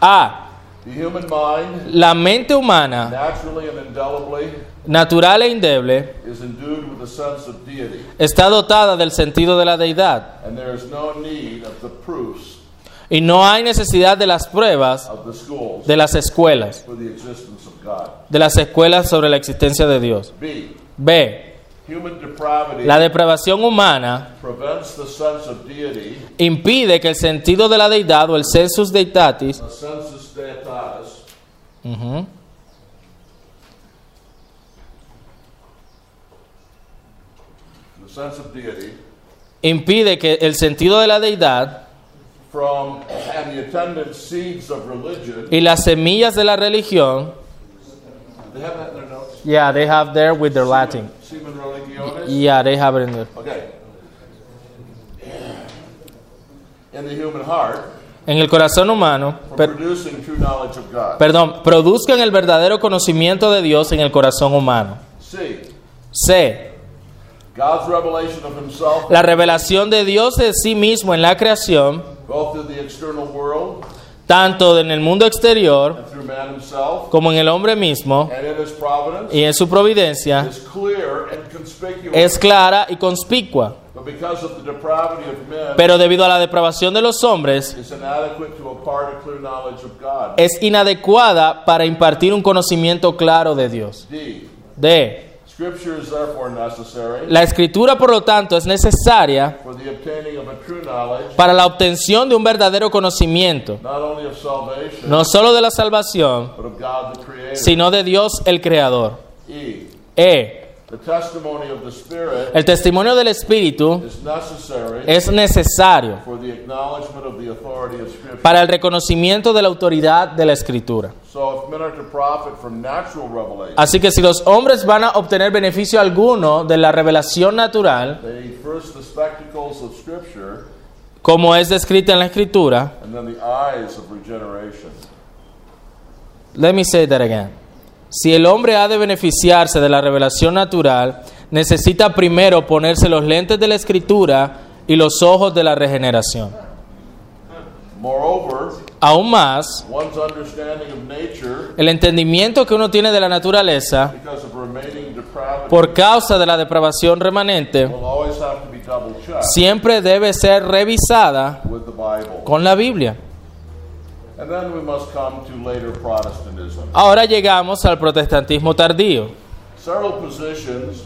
[SPEAKER 1] A.
[SPEAKER 2] A.
[SPEAKER 1] The human mind,
[SPEAKER 2] La mente humana,
[SPEAKER 1] naturally and indelibly,
[SPEAKER 2] natural e indeble,
[SPEAKER 1] is endued with a sense of deity.
[SPEAKER 2] está dotada del sentido de la deidad.
[SPEAKER 1] And there is no need of the proofs
[SPEAKER 2] Y no hay necesidad de las pruebas
[SPEAKER 1] of the schools
[SPEAKER 2] de las escuelas,
[SPEAKER 1] for the existence of God.
[SPEAKER 2] de las escuelas sobre la existencia de Dios.
[SPEAKER 1] B.
[SPEAKER 2] B.
[SPEAKER 1] Human depravity
[SPEAKER 2] La depravación humana
[SPEAKER 1] prevents the sense of deity,
[SPEAKER 2] impide que el sentido de la deidad o el sensus deitatis
[SPEAKER 1] the sensus deitatis,
[SPEAKER 2] ujú,
[SPEAKER 1] the sense of deity,
[SPEAKER 2] impide que el sentido de la deidad
[SPEAKER 1] from and the attendant seeds of religion.
[SPEAKER 2] y las semillas de la religión
[SPEAKER 1] They have that in their notes.
[SPEAKER 2] yeah they have there with their Latin
[SPEAKER 1] Semen religiones.
[SPEAKER 2] yeah they have it in there.
[SPEAKER 1] Okay. In the human heart,
[SPEAKER 2] en el corazón humano
[SPEAKER 1] from
[SPEAKER 2] per-
[SPEAKER 1] producing true knowledge of God.
[SPEAKER 2] perdón produzcan el verdadero conocimiento de Dios en el corazón humano
[SPEAKER 1] C.
[SPEAKER 2] C
[SPEAKER 1] God's revelation of Himself,
[SPEAKER 2] la revelación de Dios de sí mismo en la creación
[SPEAKER 1] both through the external world
[SPEAKER 2] tanto en el mundo exterior
[SPEAKER 1] and through man himself,
[SPEAKER 2] como en el hombre mismo
[SPEAKER 1] and in His providence,
[SPEAKER 2] y en su providencia
[SPEAKER 1] is clear and conspicuous.
[SPEAKER 2] es clara y conspicua,
[SPEAKER 1] but because of the depravity of men,
[SPEAKER 2] pero debido a la depravación de los hombres
[SPEAKER 1] is inadequate to impart a clear knowledge of God.
[SPEAKER 2] es inadecuada para impartir un conocimiento claro de Dios.
[SPEAKER 1] D.
[SPEAKER 2] D.
[SPEAKER 1] Scripture is therefore necessary
[SPEAKER 2] La escritura, por lo tanto, es necesaria
[SPEAKER 1] for the obtaining of a true knowledge,
[SPEAKER 2] para la obtención de un verdadero conocimiento,
[SPEAKER 1] not only of salvation,
[SPEAKER 2] no solo de la salvación,
[SPEAKER 1] but of God the Creator.
[SPEAKER 2] sino de Dios el Creador.
[SPEAKER 1] E.
[SPEAKER 2] E.
[SPEAKER 1] The testimony of the Spirit
[SPEAKER 2] El testimonio del Espíritu
[SPEAKER 1] is necessary
[SPEAKER 2] es necesario
[SPEAKER 1] for the acknowledgement of the authority of Scripture.
[SPEAKER 2] para el reconocimiento de la autoridad de la escritura.
[SPEAKER 1] So if men are to profit from natural revelation,
[SPEAKER 2] Así que si los hombres van a obtener beneficio alguno de la revelación natural,
[SPEAKER 1] they need first the spectacles of Scripture
[SPEAKER 2] como es descrita en la escritura,
[SPEAKER 1] and then the eyes of regeneration.
[SPEAKER 2] let me say that again. Si el hombre ha de beneficiarse de la revelación natural, necesita primero ponerse los lentes de la escritura y los ojos de la regeneración.
[SPEAKER 1] Moreover,
[SPEAKER 2] Aún más,
[SPEAKER 1] one's understanding of nature
[SPEAKER 2] el entendimiento que uno tiene de la naturaleza
[SPEAKER 1] because of remaining depravity
[SPEAKER 2] por causa de la depravación remanente
[SPEAKER 1] will always have to be double checked
[SPEAKER 2] siempre debe ser revisada
[SPEAKER 1] with the Bible.
[SPEAKER 2] con la Biblia.
[SPEAKER 1] And then we must come to later Protestantism.
[SPEAKER 2] Ahora llegamos al protestantismo tardío.
[SPEAKER 1] Several positions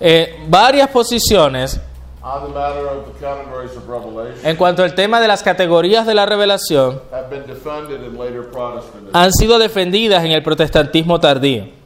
[SPEAKER 2] Eh, varias posiciones
[SPEAKER 1] on the matter of the categories of revelation
[SPEAKER 2] en cuanto al tema de las categorías de la revelación
[SPEAKER 1] have been defended in later Protestantism.
[SPEAKER 2] han sido defendidas en el protestantismo tardío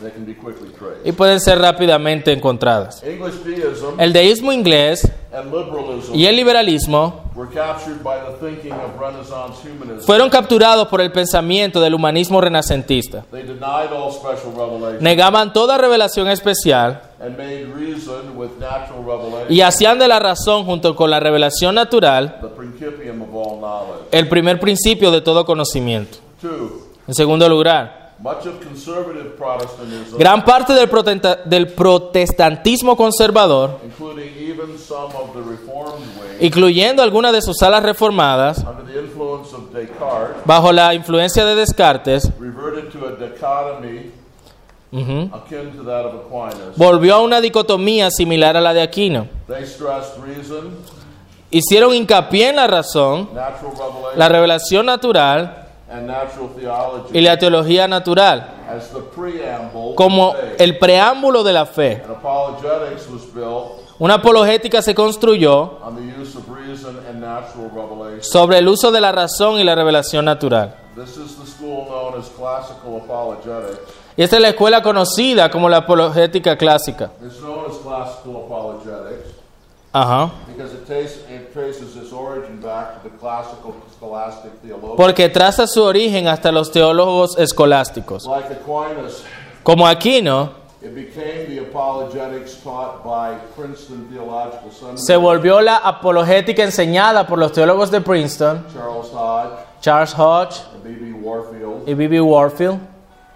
[SPEAKER 1] They can be quickly traced.
[SPEAKER 2] y pueden ser rápidamente encontradas.
[SPEAKER 1] English deism
[SPEAKER 2] El deísmo inglés
[SPEAKER 1] and liberalism
[SPEAKER 2] y el liberalismo
[SPEAKER 1] were captured by the thinking of Renaissance humanism.
[SPEAKER 2] fueron capturados por el pensamiento del humanismo renacentista.
[SPEAKER 1] They denied all special revelation
[SPEAKER 2] Negaban toda revelación especial
[SPEAKER 1] and made reason with natural revelation
[SPEAKER 2] y hacían de la razón junto con la revelación natural
[SPEAKER 1] the principium of all knowledge.
[SPEAKER 2] el primer principio de todo conocimiento.
[SPEAKER 1] Two,
[SPEAKER 2] En segundo lugar,
[SPEAKER 1] much of conservative Protestantism,
[SPEAKER 2] gran parte del protenta- del protestantismo conservador
[SPEAKER 1] including even some of the Reformed wing,
[SPEAKER 2] incluyendo algunas de sus alas reformadas,
[SPEAKER 1] under the influence of Descartes,
[SPEAKER 2] bajo la influencia de Descartes,
[SPEAKER 1] reverted to a dichotomy
[SPEAKER 2] ujú,
[SPEAKER 1] akin to that of Aquinas.
[SPEAKER 2] volvió a una dicotomía similar a la de Aquino.
[SPEAKER 1] They stressed reason,
[SPEAKER 2] Hicieron hincapié en la razón,
[SPEAKER 1] natural
[SPEAKER 2] la
[SPEAKER 1] revelation,
[SPEAKER 2] revelación natural
[SPEAKER 1] and natural
[SPEAKER 2] y
[SPEAKER 1] theology
[SPEAKER 2] la teología natural
[SPEAKER 1] as the preamble to
[SPEAKER 2] como
[SPEAKER 1] faith.
[SPEAKER 2] el preámbulo de la fe.
[SPEAKER 1] And apologetics was built
[SPEAKER 2] Una apologética se construyó
[SPEAKER 1] on the use of reason and natural revelation.
[SPEAKER 2] sobre el uso de la razón y la revelación natural.
[SPEAKER 1] This is the school known as classical apologetics.
[SPEAKER 2] Y esta es la escuela conocida como la apologética clásica.
[SPEAKER 1] It's known as classical apologetics
[SPEAKER 2] Ajá.
[SPEAKER 1] because it, tas it traces its origin back to the classical scholastic theologians.
[SPEAKER 2] Porque traza su origen hasta los teólogos escolásticos.
[SPEAKER 1] Like Aquinas,
[SPEAKER 2] Como Aquino,
[SPEAKER 1] it became the apologetics taught by Princeton Theological
[SPEAKER 2] Se
[SPEAKER 1] Seminary,
[SPEAKER 2] volvió la apologética enseñada por los teólogos de Princeton,
[SPEAKER 1] Charles Hodge,
[SPEAKER 2] Charles Hodge
[SPEAKER 1] and B.B. Warfield,
[SPEAKER 2] y B.B. Warfield,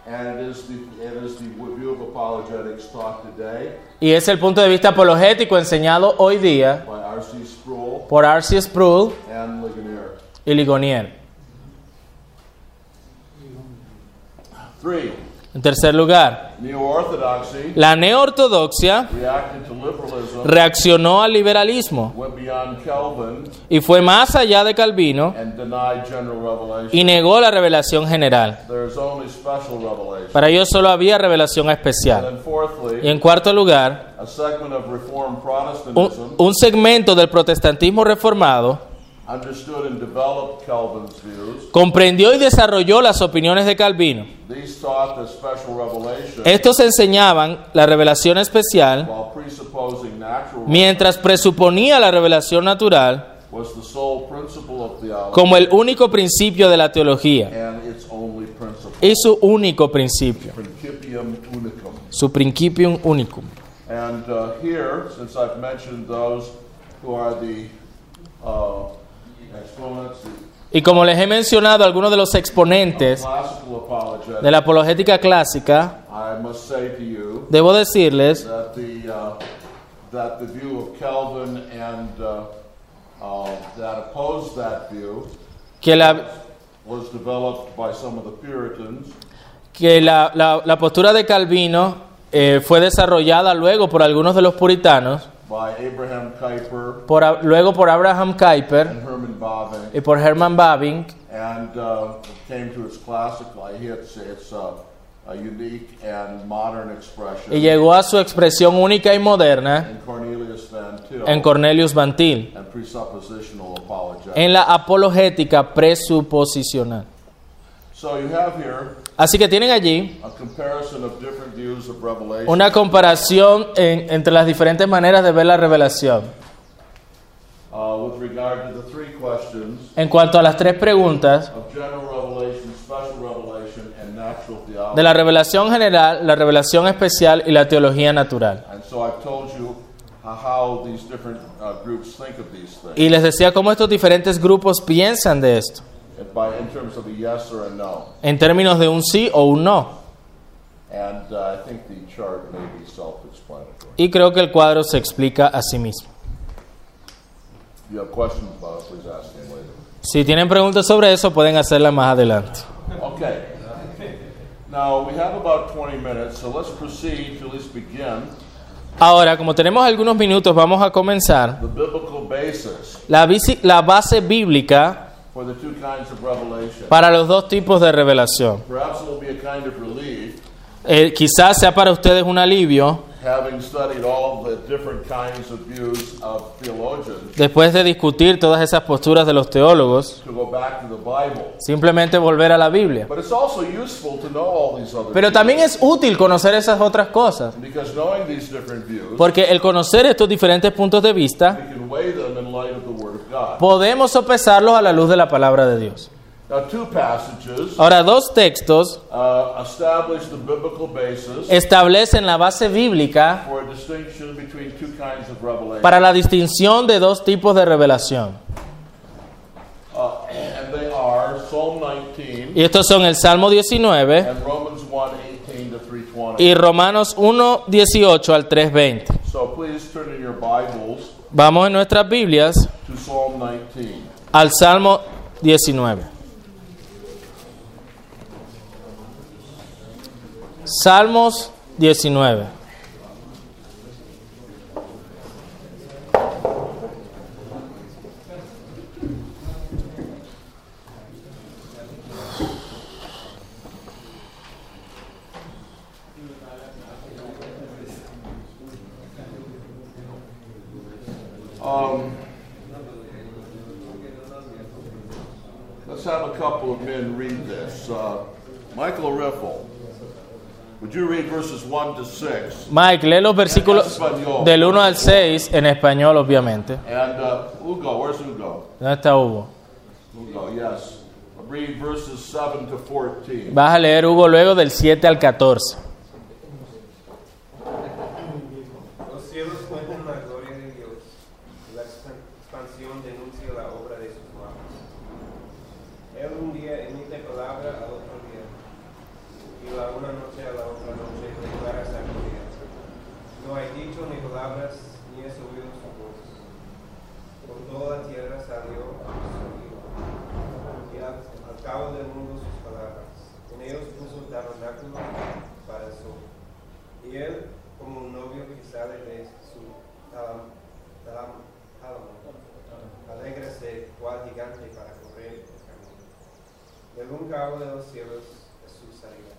[SPEAKER 1] and it is the, it is the view of apologetics taught today
[SPEAKER 2] y es el punto de vista apologético enseñado hoy día
[SPEAKER 1] by R.C. Sproul
[SPEAKER 2] por R.C. Sproul
[SPEAKER 1] and Ligonier.
[SPEAKER 2] y Ligonier.
[SPEAKER 1] Three,
[SPEAKER 2] En tercer lugar,
[SPEAKER 1] Neo-Orthodoxy
[SPEAKER 2] la neortodoxia
[SPEAKER 1] reacted to liberalism,
[SPEAKER 2] reaccionó al liberalismo
[SPEAKER 1] went beyond Calvin,
[SPEAKER 2] y fue más allá de Calvino
[SPEAKER 1] and denied general revelation.
[SPEAKER 2] y negó la revelación general.
[SPEAKER 1] There is only special revelation.
[SPEAKER 2] Para ellos solo había revelación
[SPEAKER 1] And
[SPEAKER 2] especial.
[SPEAKER 1] then
[SPEAKER 2] Y
[SPEAKER 1] fourthly,
[SPEAKER 2] en cuarto lugar,
[SPEAKER 1] a segment of Reformed
[SPEAKER 2] un,
[SPEAKER 1] Protestantism
[SPEAKER 2] un segmento del protestantismo reformado
[SPEAKER 1] understood and developed Calvin's views.
[SPEAKER 2] comprendió y desarrolló las opiniones de Calvino.
[SPEAKER 1] These taught that special revelation,
[SPEAKER 2] Estos enseñaban la revelación especial
[SPEAKER 1] while presupposing natural
[SPEAKER 2] mientras presuponía la revelación natural
[SPEAKER 1] was the sole principle of theology
[SPEAKER 2] como el único principio de la teología
[SPEAKER 1] and its only principle,
[SPEAKER 2] y su único principio,
[SPEAKER 1] principium unicum.
[SPEAKER 2] su principium unicum.
[SPEAKER 1] And uh, here, since I've mentioned those who are the uh, exponents of
[SPEAKER 2] Y como les he mencionado, algunos de los exponentes
[SPEAKER 1] classical
[SPEAKER 2] de
[SPEAKER 1] apologetics,
[SPEAKER 2] la apologética clásica,
[SPEAKER 1] I must say to you
[SPEAKER 2] debo decirles
[SPEAKER 1] that the uh, that the view of Calvin and uh, uh, that opposed that view
[SPEAKER 2] que la,
[SPEAKER 1] was developed by some of the Puritans.
[SPEAKER 2] que la, la- la postura de Calvino eh, fue desarrollada luego por algunos de los puritanos,
[SPEAKER 1] by Abraham Kuyper
[SPEAKER 2] por, a- luego por Abraham Kuyper
[SPEAKER 1] and Herman Bavinck,
[SPEAKER 2] y por Herman Babin,
[SPEAKER 1] and uh, it came to its classical, its, its uh, a unique and modern
[SPEAKER 2] y
[SPEAKER 1] expression
[SPEAKER 2] llegó a su expresión única y moderna
[SPEAKER 1] in Cornelius Van Til
[SPEAKER 2] en Cornelius Bantil,
[SPEAKER 1] and presuppositional apologetics.
[SPEAKER 2] en la apologética presuposicional.
[SPEAKER 1] so you have here
[SPEAKER 2] Así que tienen allí
[SPEAKER 1] a comparison of different views of Revelation.
[SPEAKER 2] una comparación en- entre las diferentes maneras de ver la revelación.
[SPEAKER 1] uh, with regard to the three questions
[SPEAKER 2] En cuanto a las tres preguntas
[SPEAKER 1] of general revelation, special revelation, and natural theology.
[SPEAKER 2] de la revelación general, la revelación especial y la teología natural.
[SPEAKER 1] and so I've told you how- how these different uh, groups think of these things.
[SPEAKER 2] Y les decía cómo estos diferentes grupos piensan de esto,
[SPEAKER 1] by in terms of a yes or a no.
[SPEAKER 2] en términos de un sí o un no.
[SPEAKER 1] And uh, I think the chart may be self-explanatory.
[SPEAKER 2] Y creo que el cuadro se explica a sí mismo.
[SPEAKER 1] If you have questions about it, please ask me later.
[SPEAKER 2] Si tienen preguntas sobre eso, pueden hacerlas más adelante.
[SPEAKER 1] Okay. Now, we have about 20 minutes, so let's proceed to at least begin
[SPEAKER 2] Ahora, como tenemos algunos minutos, vamos a comenzar.
[SPEAKER 1] the biblical basis
[SPEAKER 2] La, bisi- la base bíblica
[SPEAKER 1] for the two kinds of revelation.
[SPEAKER 2] para los dos tipos de revelación.
[SPEAKER 1] Perhaps it will be a kind of relief,
[SPEAKER 2] Eh, quizás sea para ustedes un alivio,
[SPEAKER 1] having studied all of the different kinds of views of theologians,
[SPEAKER 2] después de discutir todas esas posturas de los teólogos,
[SPEAKER 1] to go back to the Bible.
[SPEAKER 2] simplemente volver a la Biblia.
[SPEAKER 1] But it's also useful to know all these other
[SPEAKER 2] Pero
[SPEAKER 1] views,
[SPEAKER 2] también es útil conocer esas otras cosas,
[SPEAKER 1] because knowing these different views,
[SPEAKER 2] porque el conocer estos diferentes puntos de vista,
[SPEAKER 1] We can weigh them in light of the Word of God.
[SPEAKER 2] podemos sopesarlos a la luz de la palabra de Dios.
[SPEAKER 1] Now, two passages
[SPEAKER 2] Ahora, dos textos
[SPEAKER 1] uh, establish the biblical basis
[SPEAKER 2] establecen la base bíblica
[SPEAKER 1] for a distinction between two kinds of revelation,
[SPEAKER 2] para la distinción de dos tipos de revelación.
[SPEAKER 1] uh, and they are Psalm 19
[SPEAKER 2] Y estos son el Salmo 19
[SPEAKER 1] and Romans 1 18 to 320.
[SPEAKER 2] y Romanos 1, 18 al 3.20.
[SPEAKER 1] So please turn in your Bibles
[SPEAKER 2] Vamos en nuestras Biblias
[SPEAKER 1] to Psalm 19.
[SPEAKER 2] al Salmo 19. Salmos 19.
[SPEAKER 1] Um, let's have a couple of men read this. Uh, Michael Riffle, would you read verses 1 to 6?
[SPEAKER 2] Mike, lee los versículos del 1 al 6 en español, obviamente.
[SPEAKER 1] And uh, Ugo, where's Ugo?
[SPEAKER 2] ¿Dónde está Hugo?
[SPEAKER 1] Ugo, yes. Read verses 7 to 14.
[SPEAKER 2] Vas a leer Hugo luego del 7 al 14.
[SPEAKER 3] Los cielos cuentan la gloria de Dios. La expan- expansión denuncia la obra de sus manos. Él un día emite palabra al otro día, y la una noche a la otra noche declara sabiduría. No hay dicho ni palabras, ni es oído su voz. Por toda la tierra salió su oído, y al, al cabo del mundo sus palabras. En ellos puso tabernáculo como un novio que sale de su talam- talam- tálamo. Alégrese cual gigante para correr el camino. De un cabo de los cielos es su salida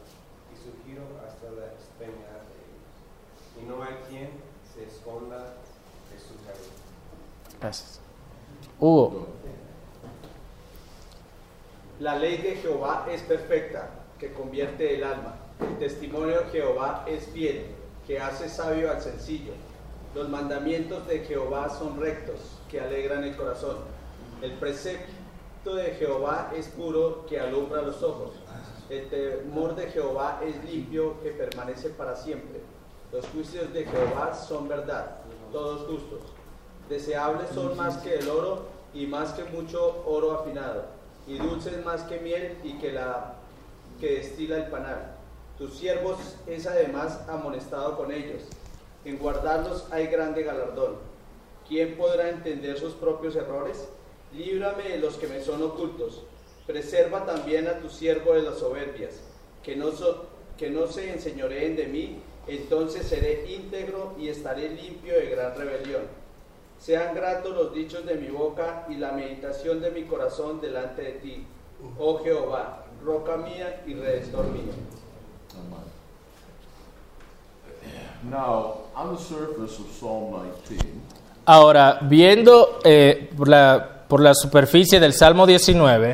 [SPEAKER 3] y su giro hasta la extremidad de él. Y no hay quien se esconda de su camino.
[SPEAKER 2] Gracias. Hugo.
[SPEAKER 4] La ley de Jehová es perfecta, que convierte el alma. El testimonio de Jehová es fiel, que hace sabio al sencillo. Los mandamientos de Jehová son rectos, que alegran el corazón. El precepto de Jehová es puro, que alumbra los ojos. El temor de Jehová es limpio, que permanece para siempre. Los juicios de Jehová son verdad, todos justos. Deseables son más que el oro y más que mucho oro afinado, y dulces más que miel y que la que destila el panal. Tus siervos es además amonestado con ellos. En guardarlos hay grande galardón. ¿Quién podrá entender sus propios errores? Líbrame de los que me son ocultos. Preserva también a tu siervo de las soberbias, que no, so- que no se enseñoreen de mí, entonces seré íntegro y estaré limpio de gran rebelión. Sean gratos los dichos de mi boca y la meditación de mi corazón delante de ti. Oh Jehová, roca mía y redentor mío.
[SPEAKER 1] Now, on the surface of Psalm 19,
[SPEAKER 2] Ahora, viendo eh, por, la, por la superficie del Salmo 19,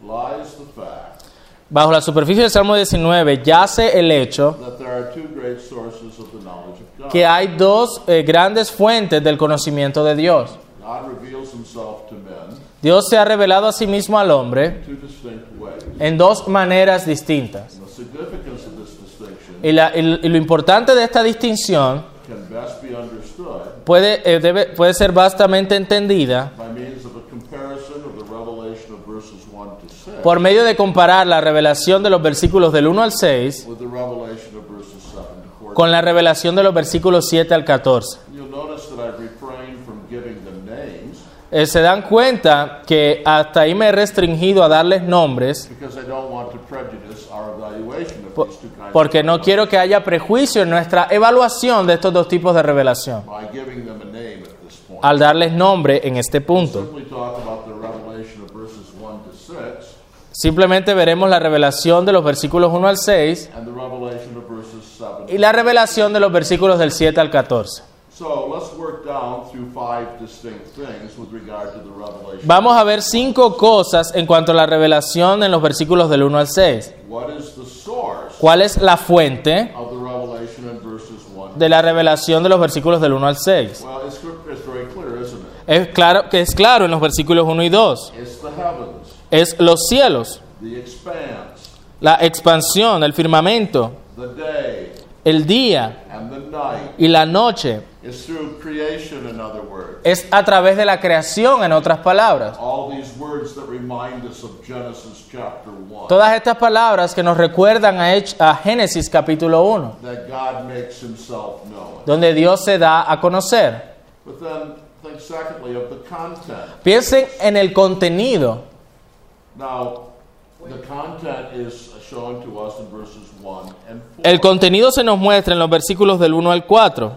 [SPEAKER 1] lies the fact
[SPEAKER 2] bajo la superficie del Salmo 19 yace el hecho
[SPEAKER 1] that there are two great sources of the knowledge of God.
[SPEAKER 2] que hay dos eh, grandes fuentes del conocimiento de Dios.
[SPEAKER 1] God reveals himself to men
[SPEAKER 2] Dios se ha revelado a sí mismo al hombre
[SPEAKER 1] in two distinct ways.
[SPEAKER 2] en dos maneras distintas.
[SPEAKER 1] And the significance of this distinction
[SPEAKER 2] Y, la- y lo importante de esta distinción
[SPEAKER 1] can best be understood
[SPEAKER 2] puede, eh, debe- puede ser vastamente entendida
[SPEAKER 1] by means of a comparison of the revelation of verses 1 to 6
[SPEAKER 2] por medio de comparar la revelación de los versículos del 1 al 6
[SPEAKER 1] with the revelation of verses 7 to 14.
[SPEAKER 2] con la revelación de los versículos 7 al 14.
[SPEAKER 1] You'll notice that I've refrained from giving them names
[SPEAKER 2] Eh, se dan cuenta que hasta ahí me he restringido a darles nombres
[SPEAKER 1] because I don't want to prejudice our evaluation of
[SPEAKER 2] po-
[SPEAKER 1] these two kinds
[SPEAKER 2] porque
[SPEAKER 1] of
[SPEAKER 2] no quiero que haya prejuicio en nuestra evaluación de estos dos tipos de revelación
[SPEAKER 1] by giving them a name at this point.
[SPEAKER 2] al darles nombre en este punto.
[SPEAKER 1] simply talk about the revelation of verses 1 to 6
[SPEAKER 2] Simplemente veremos la revelación de los versículos 1 al 6
[SPEAKER 1] and the revelation of verses 7
[SPEAKER 2] y la revelación de los versículos del 7 al 14.
[SPEAKER 1] So let's work down through five distinct things with regard to the revelation.
[SPEAKER 2] Vamos a ver cinco cosas en cuanto a la revelación en los versículos del 1 al 6.
[SPEAKER 1] What is the source
[SPEAKER 2] ¿Cuál es la fuente
[SPEAKER 1] of the revelation in verses 1?
[SPEAKER 2] de la revelación de los versículos del 1 al 6?
[SPEAKER 1] Well, it's, it's very clear, isn't it?
[SPEAKER 2] Es claro que es claro en los versículos 1 y 2.
[SPEAKER 1] It's the heavens,
[SPEAKER 2] Es los cielos,
[SPEAKER 1] the expanse,
[SPEAKER 2] la expansión, el firmamento,
[SPEAKER 1] the day,
[SPEAKER 2] el día
[SPEAKER 1] and the night.
[SPEAKER 2] y la noche.
[SPEAKER 1] It's through creation, in other words.
[SPEAKER 2] Es a través de la creación, en otras palabras.
[SPEAKER 1] All these words that remind us of Genesis chapter 1.
[SPEAKER 2] Todas estas palabras que nos recuerdan a, Hech- a Génesis capítulo 1,
[SPEAKER 1] That God makes himself known.
[SPEAKER 2] donde Dios se da a conocer.
[SPEAKER 1] But then think secondly of the content.
[SPEAKER 2] Piensen en el contenido.
[SPEAKER 1] Now, the content is shown to us in verses 1 and 4,
[SPEAKER 2] El contenido se nos muestra en los versículos del 1 al 4,